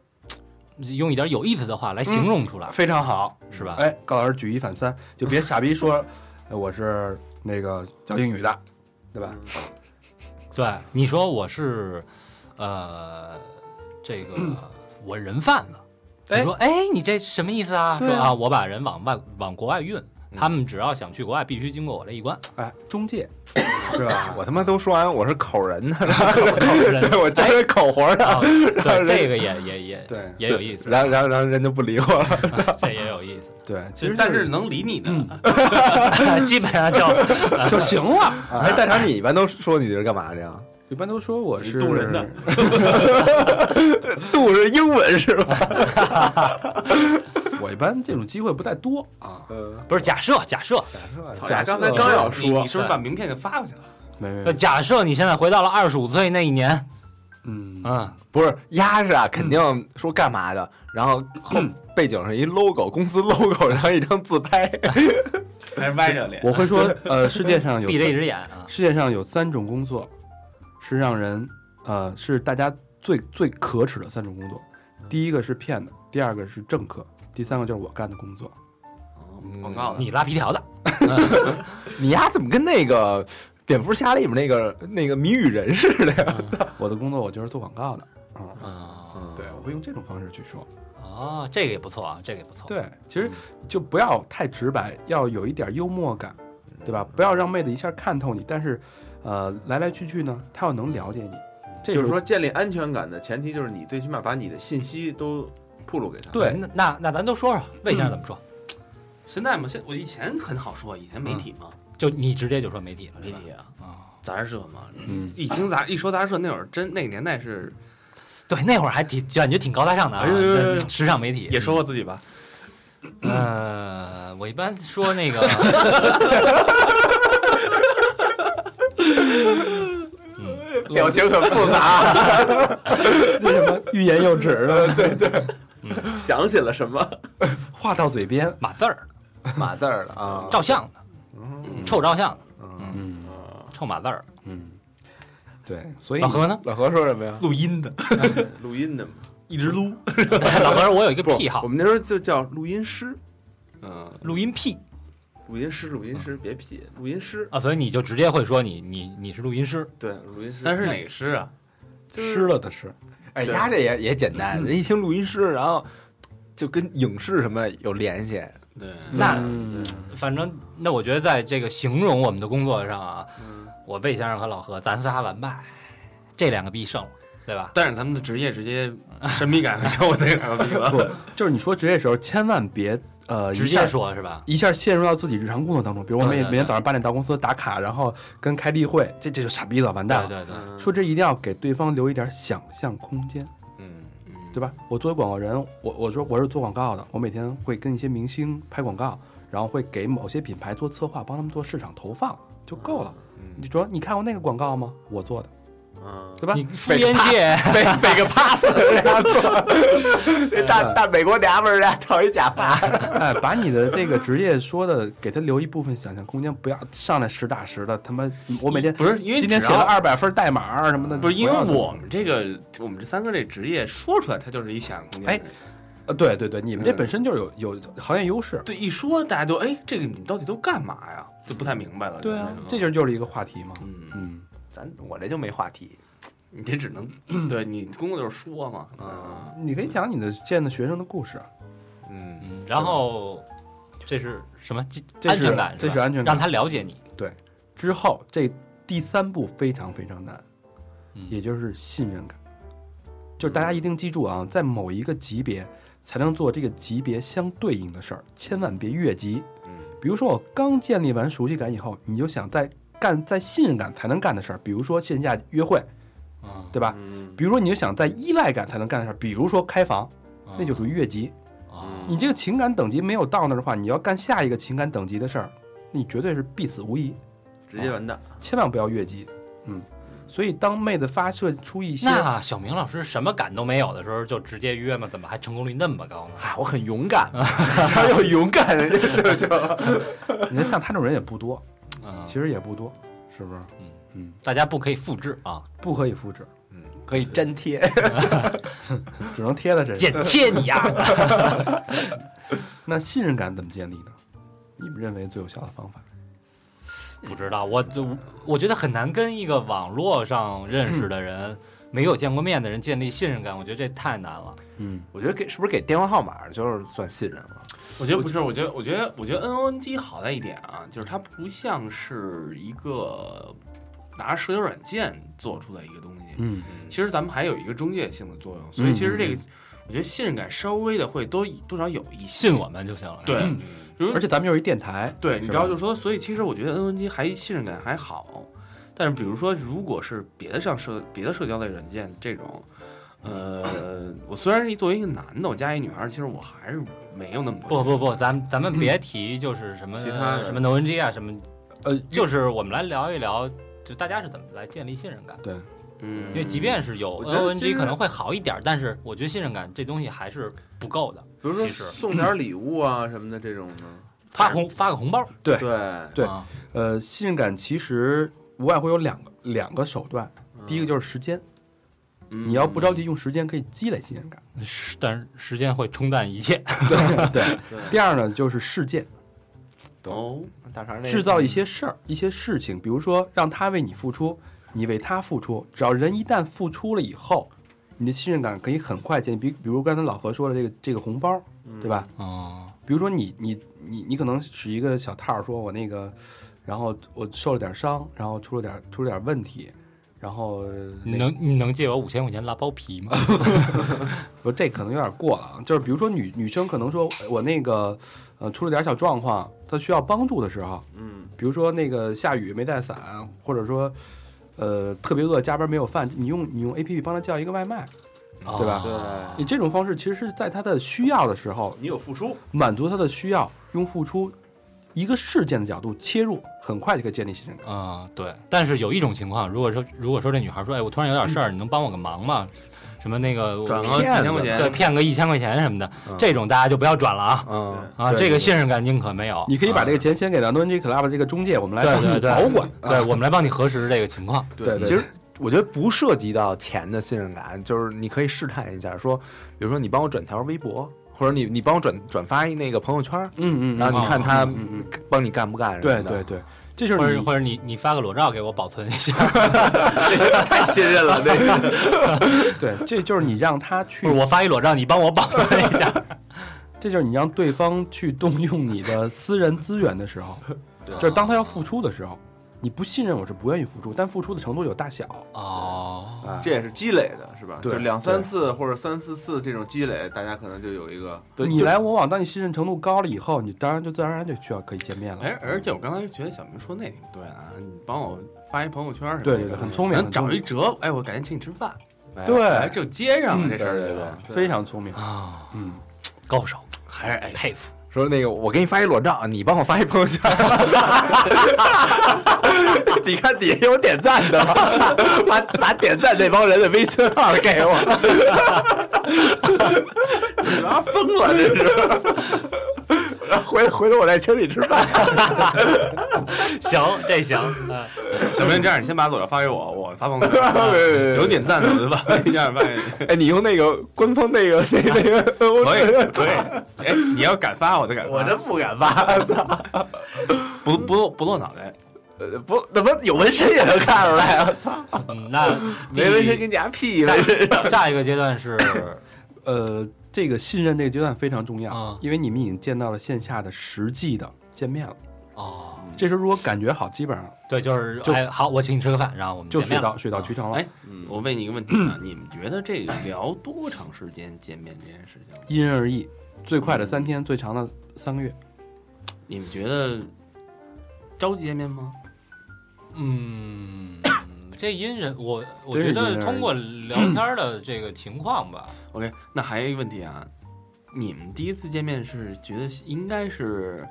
Speaker 4: 用一点有意思的话来形容出来，
Speaker 2: 非常好，
Speaker 4: 是吧？
Speaker 2: 哎，高老师举一反三，就别傻逼说， 哎我是那个教英语的，对吧？
Speaker 4: 对，你说我是，呃，这个我人贩子。
Speaker 2: 哎
Speaker 4: 你说，哎，你这什么意思啊？
Speaker 2: 对
Speaker 4: 说
Speaker 2: 啊
Speaker 4: 啊，我把人往外往国外运，他们只要想去国外，必须经过我这一关。
Speaker 2: 哎，中介，
Speaker 5: 是吧？我他妈都说完，我是口人呢，哎哦
Speaker 4: 对
Speaker 5: 对我教人口活的，
Speaker 4: 啊，对，这个也也也
Speaker 2: 对
Speaker 4: 也有意思，啊
Speaker 5: 然后然后然后人就不理我了。
Speaker 4: 这也有意思，
Speaker 2: 对， 其
Speaker 3: 其
Speaker 2: 实
Speaker 3: 实
Speaker 2: 就
Speaker 3: 但是嗯能理你的，啊
Speaker 4: 基本上就
Speaker 2: 就行了。
Speaker 5: 哎，大肠，你一般都说你是干嘛 去啊？
Speaker 2: 一般都说我是
Speaker 3: 你动人的，
Speaker 5: 度是英文是吧？
Speaker 2: 我一般这种机会不太多啊，
Speaker 5: 嗯，
Speaker 4: 不是假设，假设，
Speaker 3: 操呀刚才刚要说，你是不是把名片就发过去了？
Speaker 2: 没没
Speaker 4: 呃
Speaker 2: 没，
Speaker 4: 假设你现在回到了二十五岁那一年，
Speaker 2: 嗯，
Speaker 4: 嗯，
Speaker 5: 不是鸭是啊，肯定说干嘛的，然后后背景是一 logo，公司 logo，然后一张自拍，
Speaker 3: 还歪着脸，
Speaker 2: 我会说，呃，世界上有
Speaker 4: 闭着一
Speaker 2: 三
Speaker 4: 只眼啊，
Speaker 2: 世界上有三种工作，是让人呃是大家最最可耻的三种工作，第一个是骗子，第二个是政客，第三个就是我干的工作。
Speaker 3: 嗯广告的。
Speaker 4: 你拉皮条的，
Speaker 5: 你丫怎么跟那个蝙蝠侠里面那个那个谜语人似的呀？
Speaker 2: 我的工作我就是做广告的，啊、
Speaker 4: 啊
Speaker 5: 嗯
Speaker 2: 对，我会用这种方式去说。
Speaker 4: 啊，这个也不错啊，这个也不错。
Speaker 2: 对，其实就不要太直白，要有一点幽默感，对吧？不要让妹子一下看透你，但是，呃，来来去去呢，她要能了解你，这
Speaker 6: 就是
Speaker 2: 时候
Speaker 6: 说建立安全感的前提就是你最起码把你的信息都铺露给他。
Speaker 2: 对
Speaker 4: 嗯那那那咱都说说魏先生怎么
Speaker 3: 嗯
Speaker 4: 说，
Speaker 3: 现在嘛，现我以前很好说，以前媒体嘛，
Speaker 4: 就你直接就说媒体了，
Speaker 3: 媒
Speaker 4: 是吧
Speaker 3: 体啊，
Speaker 4: 啊，
Speaker 3: 杂志社嘛，
Speaker 2: 嗯
Speaker 3: 一听杂一说杂志社那会儿真那个年代是
Speaker 4: 对，那会儿还挺感觉挺高大上的啊，
Speaker 3: 哎呦呦呦呦
Speaker 4: 这时尚媒体嗯
Speaker 3: 也说过自己吧，
Speaker 4: 呃，我一般说 那个，嗯，
Speaker 5: 表情很复杂，啊
Speaker 2: 为什么欲言又止了？
Speaker 6: 想起了什么？
Speaker 2: 话到嘴边，
Speaker 4: 码字儿
Speaker 5: 码字儿了啊，
Speaker 4: 照相的，臭照相的，
Speaker 2: 嗯
Speaker 4: 臭码字儿。
Speaker 2: 嗯，对，所以
Speaker 4: 老何呢？
Speaker 5: 老何说什么呀？
Speaker 3: 录音的，
Speaker 6: 录音的嘛，
Speaker 3: 一直撸，
Speaker 4: 对 老何说，我有一个
Speaker 6: 不
Speaker 4: 癖好
Speaker 6: 我，们那时候就叫录音师，
Speaker 3: 嗯，
Speaker 4: 录音癖
Speaker 6: 录音师，录音师，别屁，录音师，
Speaker 4: 啊，所以你就直接会说你你你是录音师，
Speaker 6: 对，录音师。
Speaker 3: 嗯但是哪个师啊？
Speaker 6: 就是
Speaker 2: 湿了的湿，
Speaker 5: 哎，丫这也也简单，人一听录音师，然后就跟影视什么有联系，
Speaker 3: 对，
Speaker 4: 那
Speaker 2: 嗯
Speaker 4: 反正那我觉得在这个形容我们的工作上啊，
Speaker 6: 嗯
Speaker 4: 我魏先生和老何，咱仨完败，这两个必胜，对吧？
Speaker 3: 但是咱们的职业直接神秘感和我那个逼了，
Speaker 2: 不，就是你说职业时候千万别呃
Speaker 4: 直
Speaker 2: 一下
Speaker 4: 接说是吧？
Speaker 2: 一下陷入到自己日常工作当中，比如我
Speaker 4: 对
Speaker 2: 每
Speaker 4: 对对
Speaker 2: 每天早上八点到公司打卡，然后跟开例会，这这就傻逼了，完蛋
Speaker 4: 对
Speaker 2: 了。
Speaker 4: 对对，
Speaker 2: 说这一定要给对方留一点想象空间，
Speaker 5: 嗯，
Speaker 3: 嗯
Speaker 2: 对吧？我作为广告人，我我说我是做广告的，我每天会跟一些明星拍广告，然后会给某些品牌做策划，帮他们做市场投放就够了。
Speaker 5: 嗯
Speaker 2: 你说你看过那个广告吗？我做的，
Speaker 6: 嗯，
Speaker 2: 对吧？
Speaker 4: 你敷衍界
Speaker 5: 背背个 pass 这样做，这
Speaker 2: 嗯
Speaker 5: 大大美国娘们儿家套一假发，
Speaker 2: 哎，把你的这个职业说的，给他留一部分想象空间，不要上来实打实的。他妈，我每天
Speaker 3: 不是因为
Speaker 2: 今天
Speaker 3: 只
Speaker 2: 写了
Speaker 3: 要
Speaker 2: 二百分代码啊什么的，
Speaker 3: 不是因为
Speaker 2: 要这么
Speaker 3: 我们这个我们这三个这职业说出来，它就是一想象空间。
Speaker 2: 哎，呃，对对对，你
Speaker 5: 嗯
Speaker 2: 们这本身就是有有行业优势。
Speaker 3: 对，一说大家都哎，这个你们到底都干嘛呀？
Speaker 6: 啊
Speaker 3: 就不太明白了。就那种
Speaker 2: 这就是就是一个话题嘛。
Speaker 3: 嗯，
Speaker 2: 嗯，
Speaker 5: 咱我这就没话题，
Speaker 3: 你这只能对你工作就是说嘛。嗯，
Speaker 2: 你可以讲你的见的学生的故事，啊
Speaker 5: 嗯，
Speaker 4: 嗯，然后这是什么？
Speaker 2: 这
Speaker 4: 安
Speaker 2: 是
Speaker 4: 全感，
Speaker 2: 这
Speaker 4: 吧
Speaker 2: 是安全
Speaker 4: 让
Speaker 2: 感。
Speaker 4: 他了解你。
Speaker 2: 之后这第三步非常非常难，
Speaker 4: 嗯
Speaker 2: 也就是信任感。就是大家一定记住啊，在某一个级别才能做这个级别相对应的事儿，千万别越级。
Speaker 4: 嗯
Speaker 2: 比如说我刚建立完熟悉感以后，你就想再干在信任感才能干的事儿，比如说线下约会，
Speaker 4: 嗯，
Speaker 2: 对吧？
Speaker 6: 嗯
Speaker 2: 比如说你就想在依赖感才能干的事儿，比如说开房，那就属于越级。
Speaker 3: 嗯
Speaker 4: 啊
Speaker 6: 嗯
Speaker 2: 你这个情感等级没有到那儿的话，你要干下一个情感等级的事儿，你绝对是必死无疑，
Speaker 6: 直接完蛋。
Speaker 2: 千万不要越级。嗯，所以当妹子发射出一些，
Speaker 4: 那小明老师什么感都没有的时候就直接约吗？怎么还成功率那么高呢？
Speaker 5: 哎，我很勇敢， 只要有勇敢人家就行。
Speaker 2: 你看像他这种人也不多，
Speaker 4: 嗯，
Speaker 2: 其实也不多，是不是？
Speaker 4: 嗯
Speaker 2: 嗯，
Speaker 4: 大家不可以复制 啊，
Speaker 2: 不 可以复制，
Speaker 5: 嗯，可以粘贴，
Speaker 2: 只能贴在身上。
Speaker 4: 剪切你啊呀！
Speaker 2: 那信任感怎么建立呢？你们认为最有效的方法？
Speaker 4: 不知道，我就我觉得很难跟一个网络上认识的人、没有见过面的人建立信任感，我觉得这太难了。
Speaker 2: 嗯，
Speaker 5: 我觉得给是不是给电话号码就是算信任了？
Speaker 3: 我觉得不是，我觉得我觉得我觉得 N O N G 好在一点啊，就是它不像是一个拿社交软件做出的一个东西。
Speaker 2: 嗯，
Speaker 3: 其实咱们还有一个中介性的作用，所以其实这个我觉得信任感稍微的会多多少有一些。
Speaker 4: 信我们就行了。
Speaker 3: 对，比如
Speaker 2: 而且咱们又是一电台，
Speaker 3: 对，
Speaker 2: 是
Speaker 3: 你知
Speaker 2: 吧
Speaker 3: 道，就是说，所以其实我觉得 N N G 还信任感还好，但是比如说，如果是别的上社别的社交类软件这种，呃，我虽然是作为一个男的，我加一女孩儿，其实我还是没有那么
Speaker 4: 不
Speaker 3: 多
Speaker 4: 不不，咱咱们别提就是什么
Speaker 6: 其他的
Speaker 4: 什么 NoNG 啊什么，
Speaker 2: 呃，
Speaker 4: 就是我们来聊一聊，就大家是怎么来建立信任感。
Speaker 2: 对，
Speaker 3: 嗯，
Speaker 4: 因为即便是啊有呃
Speaker 6: 我觉得其
Speaker 4: NoNG
Speaker 6: 实
Speaker 4: 可能会好一点，但是我觉得信任感这东西还是不够的。
Speaker 6: 比如说
Speaker 4: 其实
Speaker 6: 送点礼物啊什么的这种呢，
Speaker 4: 发红发个红包，
Speaker 2: 对
Speaker 6: 对，
Speaker 2: 对
Speaker 4: 啊
Speaker 2: 呃，信任感其实无外乎有两个两个手段，第
Speaker 6: 嗯
Speaker 2: 一个就是时间，你要不着急用时间，可以积累信任感。
Speaker 4: 是但是时间会冲淡一切。
Speaker 2: 对对。
Speaker 6: 对
Speaker 2: 第二呢，就是事件，
Speaker 3: 哦，
Speaker 5: 大肠
Speaker 2: 制造一些事儿、一些事情，比如说让他为你付出，你为他付出。只要人一旦付出了以后，你的信任感可以很快建立。比比如刚才老何说的这个这个红包，对吧？
Speaker 4: 哦，
Speaker 2: 比如说你你你你可能使一个小套儿，说我那个，然后我受了点伤，然后出了点出了点问题，然后
Speaker 4: 你
Speaker 2: 那
Speaker 4: 能你能借我五千块钱拉包皮吗？
Speaker 2: 不，这可能有点过了啊。就是比如说女女生可能说哎我那个呃出了点小状况，她需要帮助的时候，
Speaker 3: 嗯，
Speaker 2: 比如说那个下雨没带伞，或者说呃特别饿加班没有饭，你用你用 A P P 帮她叫一个外卖，
Speaker 4: 啊
Speaker 2: 对吧
Speaker 5: 啊
Speaker 4: 哦
Speaker 2: 你这种方式其实是在她的需要的时候
Speaker 6: 你有付出，
Speaker 2: 满足她的需要，用付出一个事件的角度切入，很快就可以建立信任感。
Speaker 4: 啊、对。但是有一种情况，如果说如果说这女孩说，哎，我突然有点事儿，你能帮我个忙吗？什么那个
Speaker 3: 转
Speaker 4: 我
Speaker 3: 个几千块
Speaker 4: 对，
Speaker 3: 钱，
Speaker 4: 骗个一千块钱什么的，这种大家就不要转了啊
Speaker 5: 嗯，
Speaker 2: 对
Speaker 4: 啊！这
Speaker 2: 对
Speaker 4: 个
Speaker 2: 对
Speaker 4: 信任感宁可没有。
Speaker 2: 你可以把
Speaker 4: 啊
Speaker 2: 这个钱先给到 n g Club 这个中介，我们来帮
Speaker 4: 对对
Speaker 2: 你
Speaker 4: 对
Speaker 2: 保管。
Speaker 4: 对，我们来帮你核实这个情况。
Speaker 2: 对对，
Speaker 5: 其实我觉得不涉及到钱的信任感，就是你可以试探一下，说，比如说你帮我转条微博，或者你你帮我转转发一那个朋友圈，
Speaker 2: 嗯嗯，
Speaker 5: 然后你看他
Speaker 2: 嗯嗯嗯
Speaker 5: 帮你干不干什么
Speaker 2: 对
Speaker 5: 的？
Speaker 2: 对对，这就
Speaker 4: 或
Speaker 2: 是
Speaker 4: 者
Speaker 2: 你
Speaker 4: 或者你你发个裸照给我保存一下，
Speaker 6: 太信任了，这个
Speaker 2: 对，这就是你让他去
Speaker 4: 或者，我发一裸照，你帮我保存一下。
Speaker 2: 这就是你让对方去动用你的私人资源的时候，就是当他要付出的时候，你不信任我是不愿意付出，但付出的程度有大小
Speaker 4: 哦，
Speaker 2: 啊。
Speaker 6: 这也是积累的，是吧？
Speaker 2: 对
Speaker 6: 就两三次或者三四次这种积累，大家可能就有一个
Speaker 5: 对
Speaker 2: 你来我往，当你信任程度高了以后，你当然就自然而然就需要可以见面了。
Speaker 3: 哎，而且我刚才觉得小明说那挺对的啊，你帮我发一朋友圈什么的，
Speaker 2: 对对对，很聪明，
Speaker 3: 能
Speaker 2: 很聪
Speaker 3: 找一
Speaker 2: 明，
Speaker 3: 折，哎，我改天请你吃饭，哎，
Speaker 2: 对，
Speaker 3: 就接上了这事儿，
Speaker 5: 对对
Speaker 3: 吧
Speaker 5: 对
Speaker 2: 非常聪明。
Speaker 4: 啊，
Speaker 2: 嗯，
Speaker 4: 高手，
Speaker 3: 还是哎，
Speaker 4: 佩服。
Speaker 5: 说那个我给你发一裸照，你帮我发一朋友圈， 你看底下有点赞的吗？把把点赞那帮人的微信号给我。
Speaker 6: 你妈疯了，这是。
Speaker 5: 然后回回头我再请你吃 饭。
Speaker 4: 行，这行，嗯
Speaker 3: 小明这样，你先把裸照发给我，我发朋友 圈，有点赞的我就把一下发给你。
Speaker 5: 哎，你用那个官方那个那那个，我
Speaker 3: 可以，可以。哎，你要敢发，我就敢发。
Speaker 5: 我真不敢发，
Speaker 3: 不不露不露脑袋，
Speaker 5: 呃不怎么有纹身也能看出来啊！操，
Speaker 4: 嗯那
Speaker 5: 没纹身给你家屁纹身。
Speaker 4: 下下一个阶段是
Speaker 2: 呃，这个信任这个阶段非常重要
Speaker 4: 嗯，
Speaker 2: 因为你们已经见到了线下的实际的见面了。
Speaker 4: 哦，
Speaker 2: 这时候如果感觉好，基本上
Speaker 4: 对，就是
Speaker 2: 就
Speaker 4: 哎，好，我请你吃个饭，然后我们
Speaker 2: 就
Speaker 4: 见面啊
Speaker 2: 水到
Speaker 4: 了
Speaker 2: 水到渠成了
Speaker 3: 哎。我问你一个问题 啊，你们觉得这聊多长时间见面这件事情？
Speaker 2: 因人而异，最快的三天，最长的三个月。
Speaker 3: 你们觉得着急见面吗？
Speaker 4: 嗯，这因人我我
Speaker 2: 真是
Speaker 4: 觉
Speaker 2: 因人嗯而
Speaker 4: 得通
Speaker 2: 异
Speaker 4: 过聊天儿的这个情况吧，
Speaker 3: OK，那还有一个问题啊，你们第一次见面是觉得应该是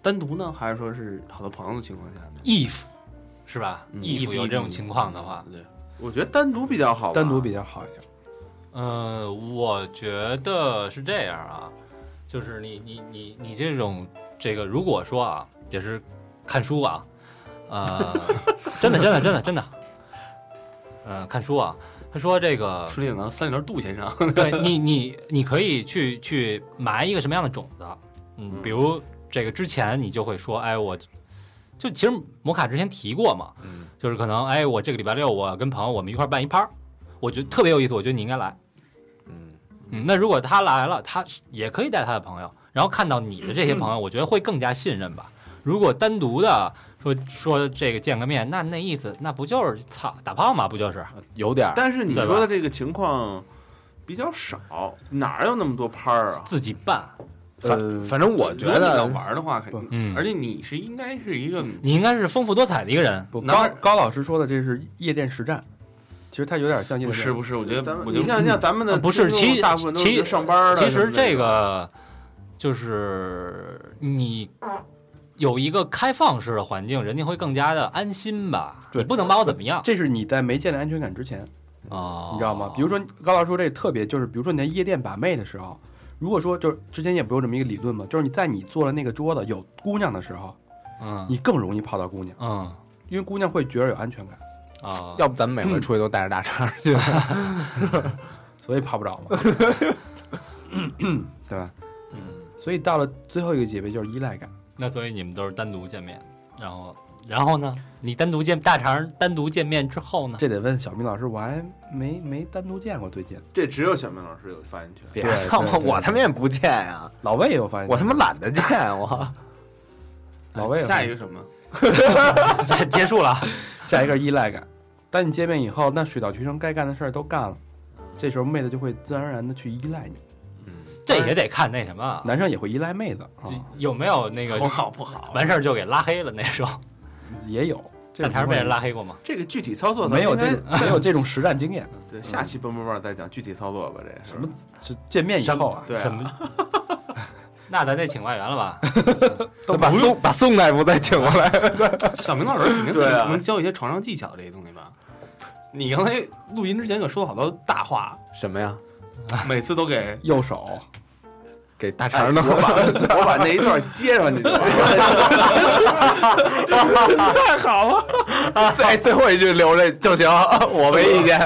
Speaker 3: 单独呢，还是说是好多朋友的情况下呢？
Speaker 4: if 是吧
Speaker 3: 嗯
Speaker 4: ？if 有这种情况的话，，
Speaker 3: 对，
Speaker 6: 我觉得单独比较好吧，
Speaker 2: 单独比较好一点。
Speaker 4: 呃，我觉得是这样啊，就是你你你你这种这个，如果说啊，也是看书啊，呃， 真的真的真的真的，呃，看书啊，他说这个，
Speaker 3: 说定了三里屯杜先 生，
Speaker 4: 对你你你可以去去埋一个什么样的种子，嗯，比如这个之前你就会说，哎，我就其实摩卡之前提过嘛，
Speaker 5: 嗯，
Speaker 4: 就是可能哎，我这个礼拜六我跟朋友我们一块儿办一趴儿，我觉得特别有意思，我觉得你应该来。
Speaker 5: 嗯，
Speaker 4: 嗯，那如果他来了，他是也可以带他的朋友，然后看到你的这些朋友，我觉得会更加信任吧。如果单独的说说这个见个面，那那意思那不就是操打炮嘛，不就是？
Speaker 5: 有点儿
Speaker 6: 但是你
Speaker 4: 对吧
Speaker 6: 说的这个情况比较少，哪有那么多拍儿啊？
Speaker 4: 自己办，
Speaker 2: 呃，
Speaker 5: 反正我觉
Speaker 3: 如果你要
Speaker 5: 得
Speaker 3: 玩儿的话，肯
Speaker 2: 不
Speaker 3: 定，
Speaker 4: 嗯
Speaker 3: 而且你是应该是一个
Speaker 4: 你应该是丰富多彩的一个人。
Speaker 2: 不
Speaker 3: 哪
Speaker 2: 高
Speaker 3: 儿
Speaker 2: 高老师说的这是夜店实战，其实它有点像夜
Speaker 3: 不
Speaker 2: 店。
Speaker 3: 是不是，我觉
Speaker 6: 咱
Speaker 3: 得
Speaker 6: 们
Speaker 3: 我觉
Speaker 6: 你
Speaker 3: 得
Speaker 6: 像像咱们的
Speaker 4: 啊不是
Speaker 6: 听众
Speaker 4: 其
Speaker 6: 大部分都
Speaker 4: 其
Speaker 6: 是上班的什么的，
Speaker 4: 其实这个就是你有一个开放式的环境，人家会更加的安心吧。
Speaker 2: 对
Speaker 4: 你不能把我怎么样
Speaker 2: 这是你在没建立安全感之前，
Speaker 4: 哦，
Speaker 2: 你知道吗？比如说高老师说这特别，就是比如说你在夜店把妹的时候，如果说就是之前也不有这么一个理论嘛，就是你在你坐的那个桌子有姑娘的时候，
Speaker 4: 嗯
Speaker 2: 你更容易泡到姑娘，
Speaker 4: 嗯
Speaker 2: 因为姑娘会觉得有安全感，
Speaker 4: 啊，
Speaker 5: 要不咱们每回出去都带着大肠去，
Speaker 2: 所以泡不着嘛，对吧？
Speaker 4: 嗯。
Speaker 2: 所以到了最后一个级别就是依赖感。
Speaker 4: 那所以你们都是单独见面，然后然后呢，你单独见大肠单独见面之后呢，
Speaker 2: 这得问小明老师，我还没没单独见过，最近
Speaker 6: 这只有小明老师有发言权。
Speaker 5: 别
Speaker 2: 对
Speaker 5: 操
Speaker 2: 对
Speaker 5: 我，
Speaker 2: 对
Speaker 5: 我他妈也不见呀，
Speaker 2: 老魏也有发言，
Speaker 5: 我他妈懒得见我。
Speaker 2: 老魏有发
Speaker 3: 下
Speaker 2: 言
Speaker 3: 一个什么？
Speaker 4: 结 结束了，
Speaker 2: 下一个是依赖感。当你见面以后，那水到渠成该干的事儿都干了，这时候妹子就会自然而然的去依赖你，
Speaker 4: 这也得看那什么啊，
Speaker 2: 男生也会依赖妹子啊
Speaker 4: 这，有没 有那个
Speaker 3: 不好不 好，
Speaker 4: 完事儿就给拉黑了那时候，
Speaker 2: 也有。这
Speaker 4: 大
Speaker 2: 种
Speaker 4: 肠
Speaker 2: 情况
Speaker 4: 被人拉黑过吗？
Speaker 6: 这个具体操作咱
Speaker 2: 没有
Speaker 6: 应该
Speaker 2: 这 种没有这种实战经验，
Speaker 6: 对下期蹦蹦蹦再讲具体操作吧，这什
Speaker 2: 什么是见面以后啊，
Speaker 6: 对啊
Speaker 4: 什么？那咱得请外援了吧？
Speaker 5: 都把宋把宋大夫再请过来，
Speaker 3: 小明老师肯定
Speaker 6: 对啊
Speaker 3: 能教一些床上技巧这些东西吧？你刚才录音之前可说了好多大 话，
Speaker 5: 什么呀？
Speaker 3: 每次都给
Speaker 2: 右手
Speaker 5: 给大
Speaker 6: 哎
Speaker 5: 肠弄。
Speaker 6: 我把 我把那一段接上去就完了。
Speaker 5: 太好了， 最最后一句留着就行， 我没意见。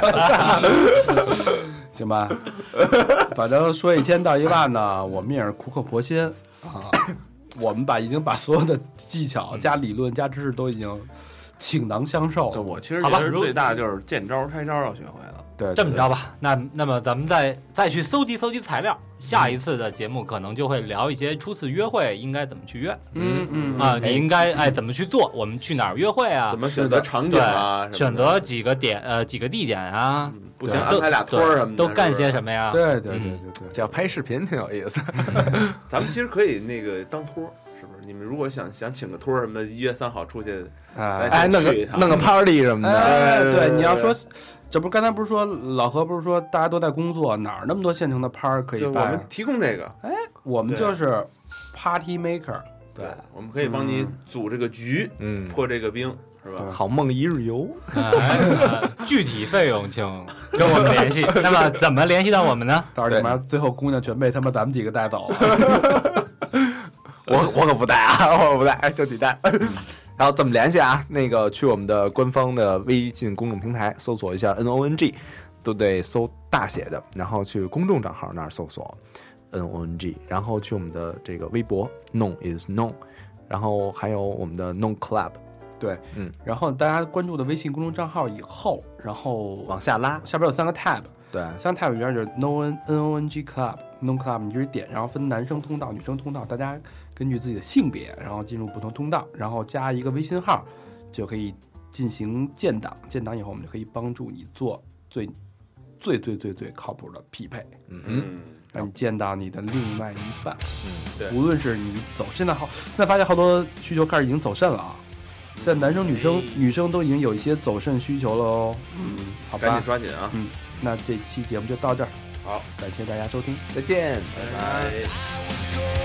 Speaker 2: 行吧？反正说一千道一万呢，我们也是苦口婆心啊，我们把已经把所有的技巧加理论加知识都已经倾囊相授
Speaker 3: 对
Speaker 2: 了，
Speaker 3: 我其实
Speaker 4: 好
Speaker 3: 觉
Speaker 4: 吧
Speaker 3: 得
Speaker 4: 如
Speaker 3: 最大就是见招拆招要学会了。
Speaker 2: 对，
Speaker 4: 这么着吧，那那么咱们再再去搜集搜集材料，下一次的节目可能就会聊一些初次约会应该怎么去约
Speaker 2: 嗯嗯
Speaker 4: 啊，你应该哎怎么去做，我们去哪儿约会啊
Speaker 6: 怎？么选择场景啊？
Speaker 4: 对，
Speaker 6: 什
Speaker 4: 选
Speaker 6: 么的
Speaker 4: 择几个点呃几个地点啊，
Speaker 6: 嗯不行，
Speaker 4: 都
Speaker 6: 安排俩托儿什么的，
Speaker 4: 都干些
Speaker 6: 么？
Speaker 4: 什么呀？
Speaker 2: 对对对对对。
Speaker 5: 只要拍视频挺有意思，
Speaker 6: 咱们其实可以那个当托儿，是不是？你们如果想想请个托儿什么的，一月三号出去，
Speaker 2: 哎
Speaker 5: 哎，弄个
Speaker 6: 去一趟
Speaker 5: 弄个 party 什么的，
Speaker 2: 哎，
Speaker 6: 对对
Speaker 2: 对，你要
Speaker 6: 对
Speaker 2: 说，这不是刚才不是说老何不是说大家都在工作，哪儿那么多现成的拍儿可以
Speaker 6: 就我
Speaker 2: 办
Speaker 6: 们
Speaker 2: 啊？
Speaker 6: 提供这个，
Speaker 2: 我们
Speaker 6: 对
Speaker 2: 就是 party maker，
Speaker 6: 对，我们可以帮你组这个局，
Speaker 5: 嗯，
Speaker 6: 破这个冰，是吧？
Speaker 5: 好梦一日游，
Speaker 4: 哎呃具体费用请跟我们联 系。那么怎么联系到我们呢？
Speaker 2: 到时候你妈最后姑娘全被他妈咱们几个带走了。
Speaker 5: 我我可不带啊， 我可不带，哎就你带。 然后怎么联系啊？那个去我们的官方的微信公众平台搜索一下 N O N G，都得搜大写的，然后去公众账号那儿搜索 N O N G，然后去我们的这个微博 Known is Known，然后还有我们的 Known Club
Speaker 2: 然后大家关注的微信公众账号以后，然后
Speaker 5: 往下拉，
Speaker 2: 下边有三个 tab，
Speaker 5: 对，
Speaker 2: 三个 tab 里边就是 no n n o n g club no club，你就是点，然后分男生通道、女生通道，大家根据自己的性别，然后进入不同通道，然后加一个微信号，就可以进行建档。建档以后，我们就可以帮助你做最最最最最靠谱的匹配，
Speaker 5: 嗯
Speaker 6: 嗯，
Speaker 2: 让你见到你的另外一半。嗯，
Speaker 6: 对
Speaker 2: 无论是你走，现在好，现在发现好多需求开始已经走肾了啊。现在男生、女生、女生都已经有一些走肾需求了哦。嗯，好
Speaker 6: 赶
Speaker 2: 吧
Speaker 6: 紧，抓紧啊！
Speaker 2: 嗯那这期节目就到这儿。
Speaker 6: 好，
Speaker 2: 感谢大家收听。
Speaker 5: 再见。
Speaker 6: 拜拜。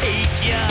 Speaker 7: Take ya.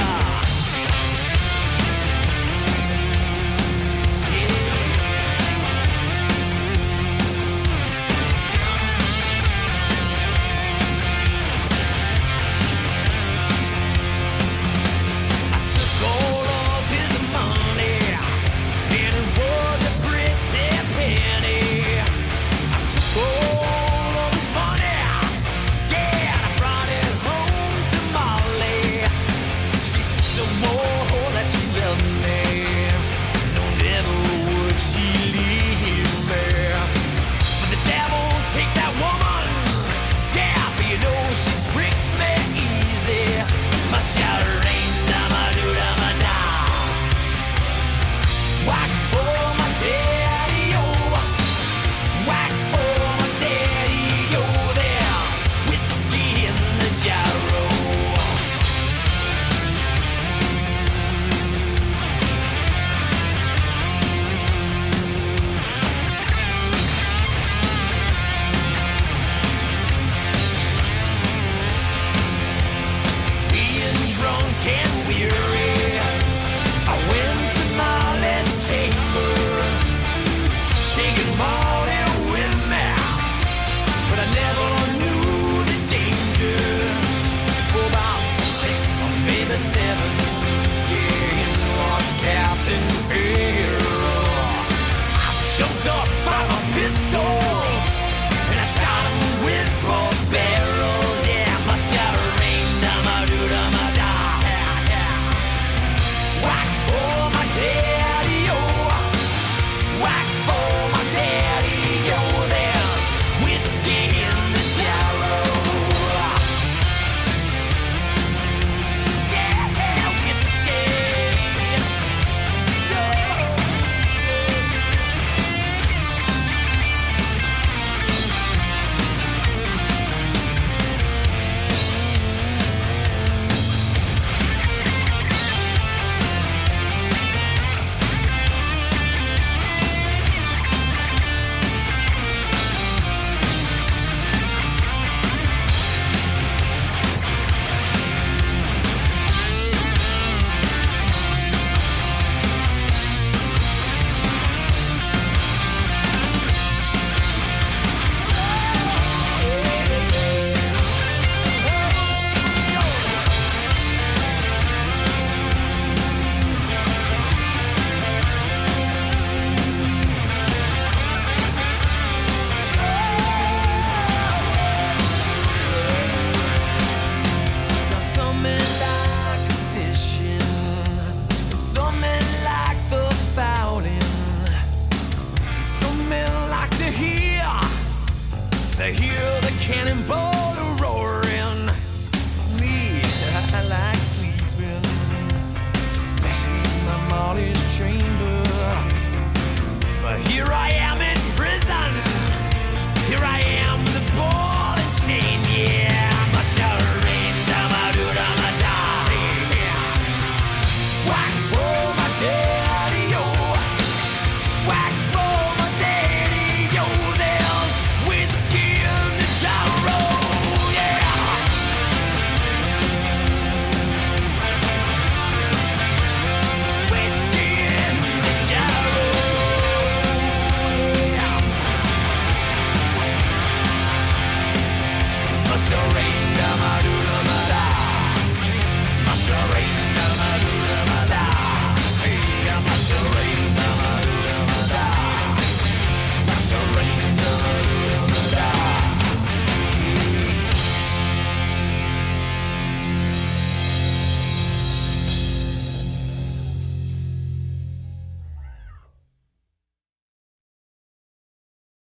Speaker 7: 面包